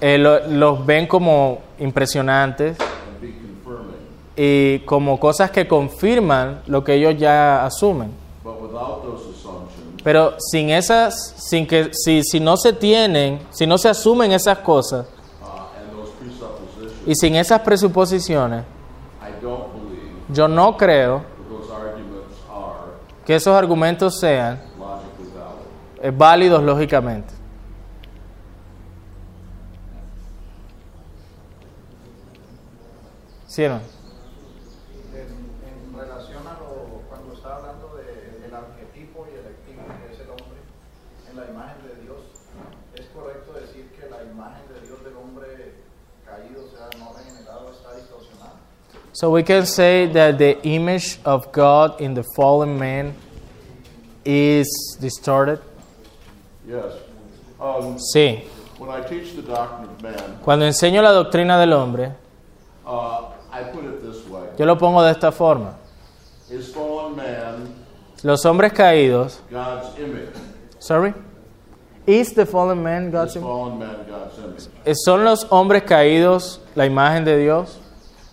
[SPEAKER 2] eh, lo- los ven como impresionantes
[SPEAKER 1] and be confirming.
[SPEAKER 2] y como cosas que confirman lo que ellos ya asumen.
[SPEAKER 1] But without those assumptions,
[SPEAKER 2] Pero sin esas, sin que, si, si no se tienen, si no se asumen esas cosas
[SPEAKER 1] uh, and those presuppositions,
[SPEAKER 2] y sin esas presuposiciones,
[SPEAKER 1] I don't believe
[SPEAKER 2] yo no creo
[SPEAKER 1] that those arguments are
[SPEAKER 2] que esos argumentos sean
[SPEAKER 1] logically valid.
[SPEAKER 2] eh, válidos lógicamente. Sí, hermano.
[SPEAKER 8] en relación a lo, cuando está hablando de- del arquetipo y el activo que es el hombre en la imagen de Dios, ¿es correcto decir que la imagen de Dios del hombre caído, o sea, no regenerado, está distorsionada?
[SPEAKER 2] So we can say that the image of God in the fallen man is distorted.
[SPEAKER 1] Yes. Um,
[SPEAKER 2] Sí.
[SPEAKER 1] when I teach the doctrine of man,
[SPEAKER 2] Cuando enseño la doctrina del hombre,
[SPEAKER 1] uh, I put it this way:
[SPEAKER 2] yo lo pongo de esta forma.
[SPEAKER 1] Is fallen man
[SPEAKER 2] Los hombres caídos,
[SPEAKER 1] God's image?
[SPEAKER 2] sorry, is the fallen man God's
[SPEAKER 1] Is fallen man God's image?
[SPEAKER 2] im- Eh, ¿Son los hombres caídos la imagen de Dios?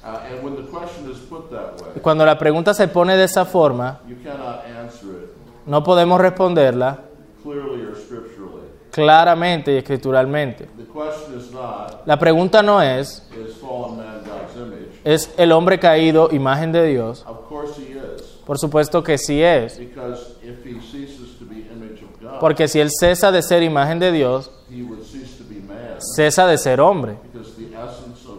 [SPEAKER 1] Uh, and when the question is put that way,
[SPEAKER 2] Cuando la pregunta se pone de esa forma,
[SPEAKER 1] you cannot answer it
[SPEAKER 2] no podemos responderla
[SPEAKER 1] clearly or scripturally.
[SPEAKER 2] claramente y escrituralmente.
[SPEAKER 1] The question is not,
[SPEAKER 2] La pregunta no es,
[SPEAKER 1] is fallen man God's image?
[SPEAKER 2] ¿es el hombre caído imagen de Dios?
[SPEAKER 1] Of course he is,
[SPEAKER 2] Por supuesto que sí es,
[SPEAKER 1] because if he ceases to be image of God,
[SPEAKER 2] porque si él cesa de ser imagen de Dios,
[SPEAKER 1] he would cease to be man,
[SPEAKER 2] cesa de ser hombre,
[SPEAKER 1] because the essence of,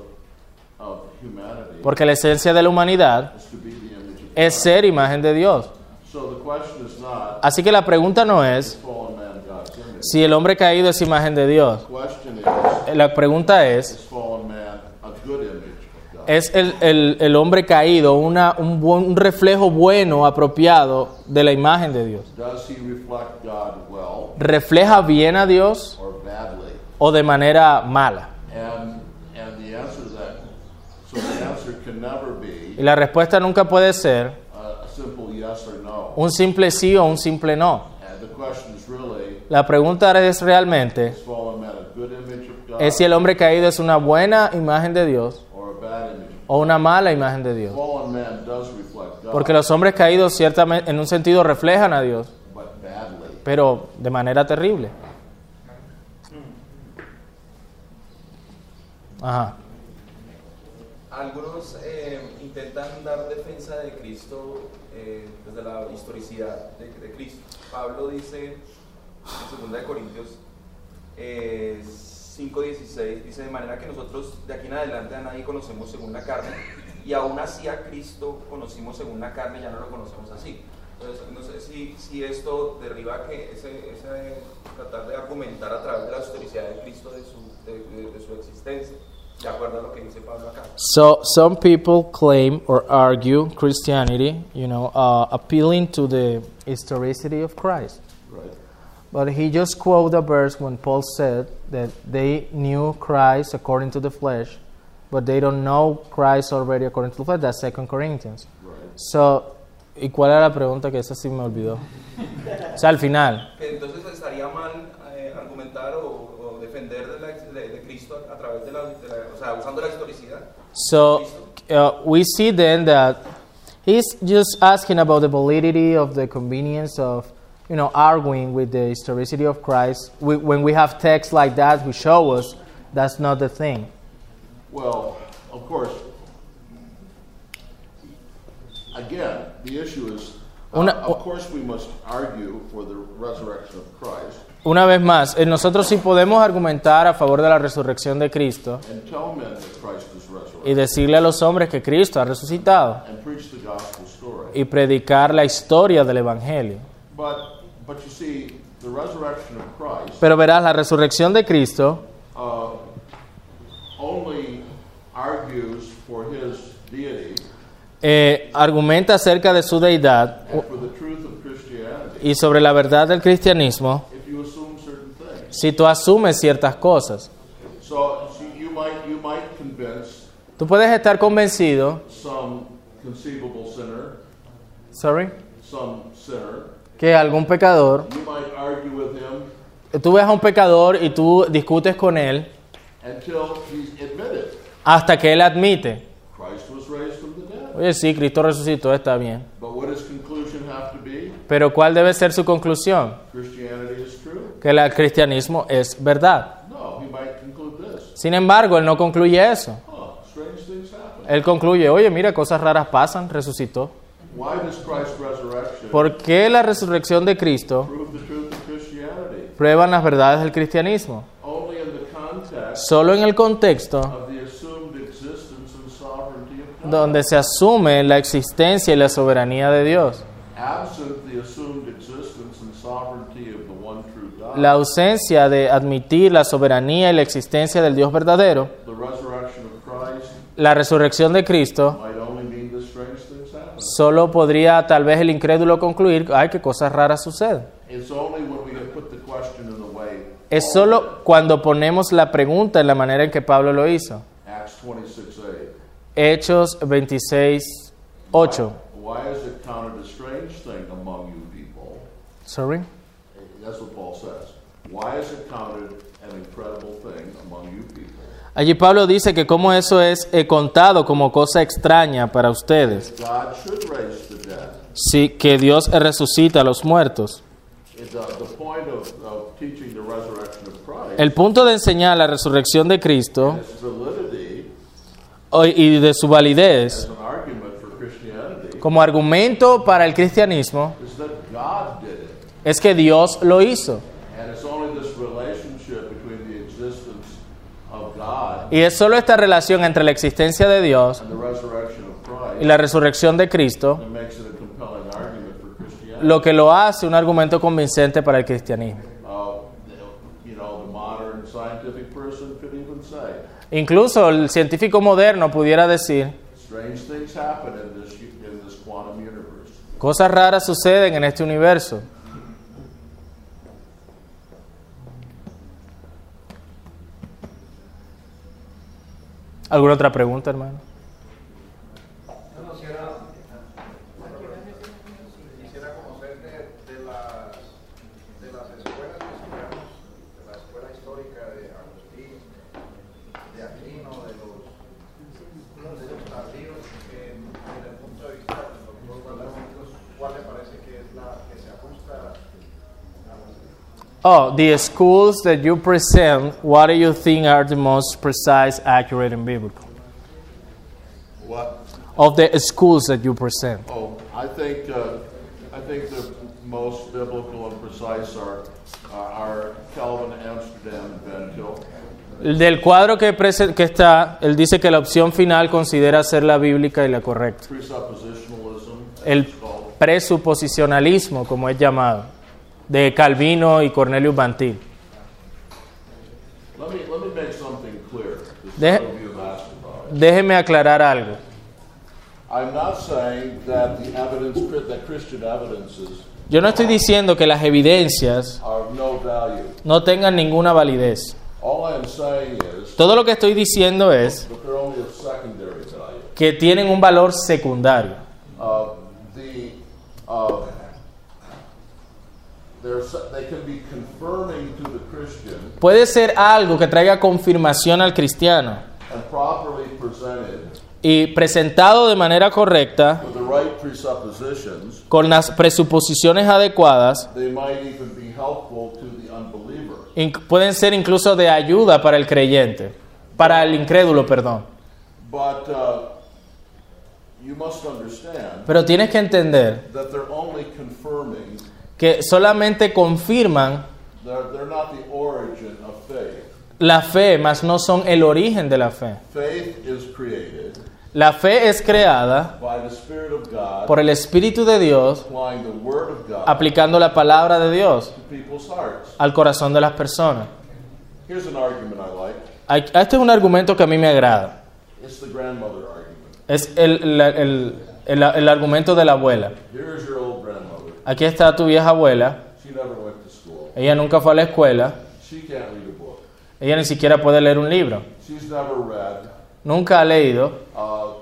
[SPEAKER 1] of humanity
[SPEAKER 2] porque la esencia de la humanidad
[SPEAKER 1] is to be the image of
[SPEAKER 2] es
[SPEAKER 1] God.
[SPEAKER 2] ser imagen de Dios.
[SPEAKER 1] So the question is not,
[SPEAKER 2] Así que la pregunta no
[SPEAKER 1] is
[SPEAKER 2] es
[SPEAKER 1] fallen man God's image?
[SPEAKER 2] si el hombre caído es imagen de Dios. Eh,
[SPEAKER 1] The question is,
[SPEAKER 2] La pregunta es,
[SPEAKER 1] is fallen man a good image of God?
[SPEAKER 2] ¿es el, el- el hombre caído una- un, buen- un reflejo bueno, apropiado de la imagen de Dios?
[SPEAKER 1] Does he reflect God well
[SPEAKER 2] ¿Refleja bien a Dios
[SPEAKER 1] or badly?
[SPEAKER 2] o de manera mala?
[SPEAKER 1] And, and the answer to that, so the answer can never be
[SPEAKER 2] Y la respuesta nunca puede ser
[SPEAKER 1] uh, a simple yes or no.
[SPEAKER 2] un simple sí o un simple no.
[SPEAKER 1] And the question is really,
[SPEAKER 2] La pregunta es realmente,
[SPEAKER 1] is fallen man a good image of God
[SPEAKER 2] es si el hombre caído es una buena imagen de Dios
[SPEAKER 1] or a bad image? of
[SPEAKER 2] o una mala imagen de
[SPEAKER 1] God?
[SPEAKER 2] Dios.
[SPEAKER 1] Fallen man does reflect God,
[SPEAKER 2] Oh. Porque los hombres caídos ciertamente en un sentido reflejan a Dios,
[SPEAKER 1] but badly.
[SPEAKER 2] pero de manera terrible. Ajá.
[SPEAKER 9] Algunos eh, intentan dar defensa de Cristo eh, desde la historicidad de, de Cristo. Pablo dice en 2 de Corintios eh, 5.16, dice de manera que nosotros de aquí en adelante a nadie conocemos según la carne y aún así a Cristo conocimos según la carne, ya no lo conocemos así. Entonces, no sé si, si esto derriba que ese, ese tratar de argumentar a través de la historicidad de Cristo de su, de- de- de su existencia, de acuerdo a lo que dice Pablo acá.
[SPEAKER 2] So some people claim or argue Christianity, you know, uh, appealing to the historicity of Christ.
[SPEAKER 1] Right.
[SPEAKER 2] But he just quoted a verse when Paul said that they knew Christ according to the flesh, but they don't know Christ already according to the flesh. That's Second Corinthians.
[SPEAKER 1] Right.
[SPEAKER 2] So, ¿y cuál era la pregunta que esa sí me olvidó? O sea, al final.
[SPEAKER 9] Entonces estaría mal eh, argumentar o, o defender de, la- de- de Cristo a, a través de la, de la- o sea, usando la historicidad.
[SPEAKER 2] So, uh, we see then that he's just asking about the validity of the convenience of, you know, arguing with the historicity of Christ. We, when we have texts like that, we show us that's not the thing.
[SPEAKER 1] Well, of course, again, the issue is, uh,
[SPEAKER 2] Una-
[SPEAKER 1] of course, we must argue for the resurrection of Christ.
[SPEAKER 2] Una vez más, eh, nosotros sí podemos argumentar a favor de la resurrección de Cristo
[SPEAKER 1] and tell men that Christ is resurrected
[SPEAKER 2] y decirle a los hombres que Cristo ha resucitado
[SPEAKER 1] and preach the gospel story.
[SPEAKER 2] y predicar la historia del Evangelio.
[SPEAKER 1] But but you see, the resurrection of Christ
[SPEAKER 2] Pero verás, la resurrección de Cristo
[SPEAKER 1] uh, only argues for his deity
[SPEAKER 2] eh, argumenta acerca de su deidad
[SPEAKER 1] and for the truth of Christianity
[SPEAKER 2] y sobre la verdad del cristianismo
[SPEAKER 1] if you assume certain things.
[SPEAKER 2] si tú asumes ciertas cosas.
[SPEAKER 1] So, so you might you might convince
[SPEAKER 2] Tú puedes estar convencido,
[SPEAKER 1] some conceivable sinner,
[SPEAKER 2] sorry,
[SPEAKER 1] some sinner.
[SPEAKER 2] que algún pecador,
[SPEAKER 1] You might argue with him
[SPEAKER 2] tú ves a un pecador y tú discutes con él
[SPEAKER 1] until he's admitted
[SPEAKER 2] hasta que él admite,
[SPEAKER 1] Christ was raised from the dead.
[SPEAKER 2] oye, sí, Cristo resucitó, está bien.
[SPEAKER 1] But what does conclusion have to be?
[SPEAKER 2] Pero ¿cuál debe ser su conclusión?
[SPEAKER 1] Christianity is true?
[SPEAKER 2] Que el cristianismo es verdad.
[SPEAKER 1] No, he might conclude this.
[SPEAKER 2] Sin embargo, él no concluye eso.
[SPEAKER 1] Huh, strange things happen.
[SPEAKER 2] Él concluye, oye, mira, cosas raras pasan, resucitó.
[SPEAKER 1] Why does Christ's resurrection
[SPEAKER 2] ¿Por qué la resurrección de Cristo
[SPEAKER 1] prove the truth of Christianity?
[SPEAKER 2] prueban las verdades del cristianismo?
[SPEAKER 1] Only in the context
[SPEAKER 2] Solo en el contexto
[SPEAKER 1] of the assumed existence and sovereignty of
[SPEAKER 2] donde se asume la existencia y la soberanía de Dios.
[SPEAKER 1] absent the assumed existence and sovereignty of the one true God,
[SPEAKER 2] La ausencia de admitir la soberanía y la existencia del Dios verdadero,
[SPEAKER 1] the resurrection of Christ
[SPEAKER 2] la resurrección de Cristo,
[SPEAKER 1] might only mean that strange things happen.
[SPEAKER 2] solo podría tal vez el incrédulo concluir, ay, qué cosas raras suceden.
[SPEAKER 1] It's only when we have put the question in the way.
[SPEAKER 2] Es solo cuando ponemos la pregunta en la manera en que Pablo lo hizo.
[SPEAKER 1] Acts 26 8.
[SPEAKER 2] Hechos 26, 8.
[SPEAKER 1] Why is it counted a strange thing among you people?
[SPEAKER 2] Sorry.
[SPEAKER 1] That's what Paul says. Why is it counted an incredible thing among you people?
[SPEAKER 2] Allí Pablo dice que como eso es eh, contado como cosa extraña para ustedes,
[SPEAKER 1] God should raise the dead.
[SPEAKER 2] sí, que Dios resucita a los muertos.
[SPEAKER 1] It's, uh, the point of, of teaching the resurrection of Christ,
[SPEAKER 2] El punto de enseñar la resurrección de Cristo
[SPEAKER 1] its validity
[SPEAKER 2] o- y de su
[SPEAKER 1] as
[SPEAKER 2] validez
[SPEAKER 1] an argument for Christianity,
[SPEAKER 2] como argumento para el cristianismo
[SPEAKER 1] is that God did it.
[SPEAKER 2] es que Dios lo hizo.
[SPEAKER 1] And it's only this relationship between the existence of God
[SPEAKER 2] Y es solo esta relación entre la existencia de Dios
[SPEAKER 1] and the resurrection of Christ
[SPEAKER 2] y la resurrección de Cristo
[SPEAKER 1] that makes it a compelling argument for Christianity.
[SPEAKER 2] lo que lo hace un argumento convincente para el cristianismo.
[SPEAKER 1] Uh, you know, the modern scientific person could even say,
[SPEAKER 2] Incluso el científico moderno pudiera decir,
[SPEAKER 1] strange things happen in this, u- in this quantum universe.
[SPEAKER 2] cosas raras suceden en este universo. ¿Alguna otra pregunta, hermano?
[SPEAKER 8] Yo quisiera, quisiera conocer de, de las, de las escuelas que estudiamos, de la escuela histórica de Agustín, de Aquino, de los, de los tardíos, que desde el punto de vista del doctor Guadalupe, ¿cuál le parece que es la que se ajusta a los
[SPEAKER 2] Oh, the schools that you present, what do you think are the most precise, accurate, and biblical?
[SPEAKER 1] What?
[SPEAKER 2] Of the schools that you present.
[SPEAKER 1] Oh, I think, uh, I think the most biblical and precise are, are Calvin, Amsterdam, and Van Til.
[SPEAKER 2] Del cuadro que, prese- que está, él dice que la opción final considera ser la bíblica y la correcta.
[SPEAKER 1] Presuppositionalism, as
[SPEAKER 2] el
[SPEAKER 1] it's called,
[SPEAKER 2] presuposicionalismo, como es llamado, de Calvino y Cornelius Bantil.
[SPEAKER 1] Let me, let me make something clear.
[SPEAKER 2] De-
[SPEAKER 1] This is you asked about.
[SPEAKER 2] Déjeme aclarar algo.
[SPEAKER 1] I'm not saying that the evidence, that Christian evidences
[SPEAKER 2] Yo no estoy diciendo que las evidencias
[SPEAKER 1] are of no value.
[SPEAKER 2] no tengan ninguna validez.
[SPEAKER 1] All I am saying is
[SPEAKER 2] Todo lo que estoy diciendo es
[SPEAKER 1] that they're only of secondary value.
[SPEAKER 2] que tienen un valor secundario.
[SPEAKER 1] Uh, the, uh, they're se- they can be confirming to the Christian
[SPEAKER 2] Puede ser algo que traiga confirmación al cristiano
[SPEAKER 1] and properly presented
[SPEAKER 2] y presentado de manera correcta,
[SPEAKER 1] with the right presuppositions.
[SPEAKER 2] con las presuposiciones adecuadas,
[SPEAKER 1] They might even be helpful to the unbeliever.
[SPEAKER 2] inc- pueden ser incluso de ayuda para el creyente, para el incrédulo, perdón.
[SPEAKER 1] But uh, you must understand
[SPEAKER 2] Pero tienes que entender
[SPEAKER 1] that they're only confirming,
[SPEAKER 2] que solamente confirman
[SPEAKER 1] they're, they're not the origin of faith.
[SPEAKER 2] la fe, mas no son el origen de la fe.
[SPEAKER 1] Faith is created
[SPEAKER 2] La fe es creada
[SPEAKER 1] by the Spirit of God
[SPEAKER 2] por el Espíritu de Dios
[SPEAKER 1] applying the Word of God
[SPEAKER 2] aplicando la palabra de Dios
[SPEAKER 1] to people's hearts.
[SPEAKER 2] al corazón de las personas.
[SPEAKER 1] Here's an argument I like.
[SPEAKER 2] Ay- Este es un argumento que a mí me agrada.
[SPEAKER 1] It's the grandmother argument.
[SPEAKER 2] Es el, la- el- el- el argumento de la abuela.
[SPEAKER 1] Here's your old grandmother.
[SPEAKER 2] Aquí está tu vieja abuela,
[SPEAKER 1] She never went to school.
[SPEAKER 2] ella nunca fue a la escuela,
[SPEAKER 1] She can't read a book.
[SPEAKER 2] ella ni siquiera puede leer un libro,
[SPEAKER 1] She's never read
[SPEAKER 2] nunca ha leído
[SPEAKER 1] uh,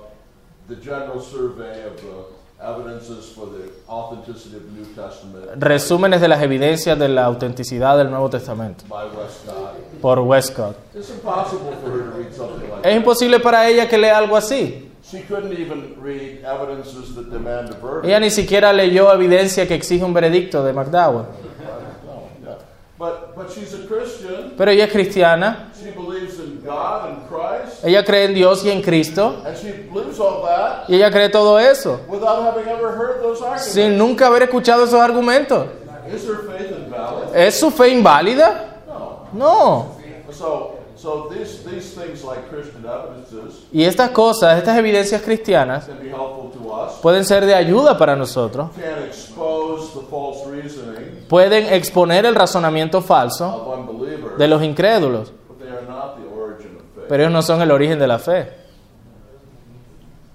[SPEAKER 1] the general survey of the evidences for the authenticity of the New Testament
[SPEAKER 2] resúmenes de las evidencias de la autenticidad del Nuevo Testamento
[SPEAKER 1] by Westcott.
[SPEAKER 2] por Westcott.
[SPEAKER 1] It's impossible for her to read something like
[SPEAKER 2] Es
[SPEAKER 1] that.
[SPEAKER 2] imposible para ella que lea algo así.
[SPEAKER 1] She couldn't even read evidences that demand a verdict.
[SPEAKER 2] Ella ni siquiera leyó evidencia que exige un veredicto de McDowell.
[SPEAKER 1] No, yeah. But but she's a Christian.
[SPEAKER 2] Pero ella es cristiana,
[SPEAKER 1] She believes in God and Christ,
[SPEAKER 2] ella cree en Dios y en Cristo,
[SPEAKER 1] and she believes all that
[SPEAKER 2] y ella cree todo eso,
[SPEAKER 1] without having ever heard those arguments.
[SPEAKER 2] sin nunca haber escuchado esos argumentos.
[SPEAKER 1] Is her faith invalid?
[SPEAKER 2] ¿Es su fe inválida?
[SPEAKER 1] No.
[SPEAKER 2] No.
[SPEAKER 1] So So these, these things like Christian evidences
[SPEAKER 2] Y estas cosas, estas evidencias cristianas,
[SPEAKER 1] can be helpful to us,
[SPEAKER 2] pueden ser de ayuda para nosotros.
[SPEAKER 1] can expose the false reasoning
[SPEAKER 2] Pueden exponer el razonamiento falso
[SPEAKER 1] of unbelievers,
[SPEAKER 2] de los incrédulos,
[SPEAKER 1] but they are not the origin of faith.
[SPEAKER 2] pero ellos no son el origen de la fe.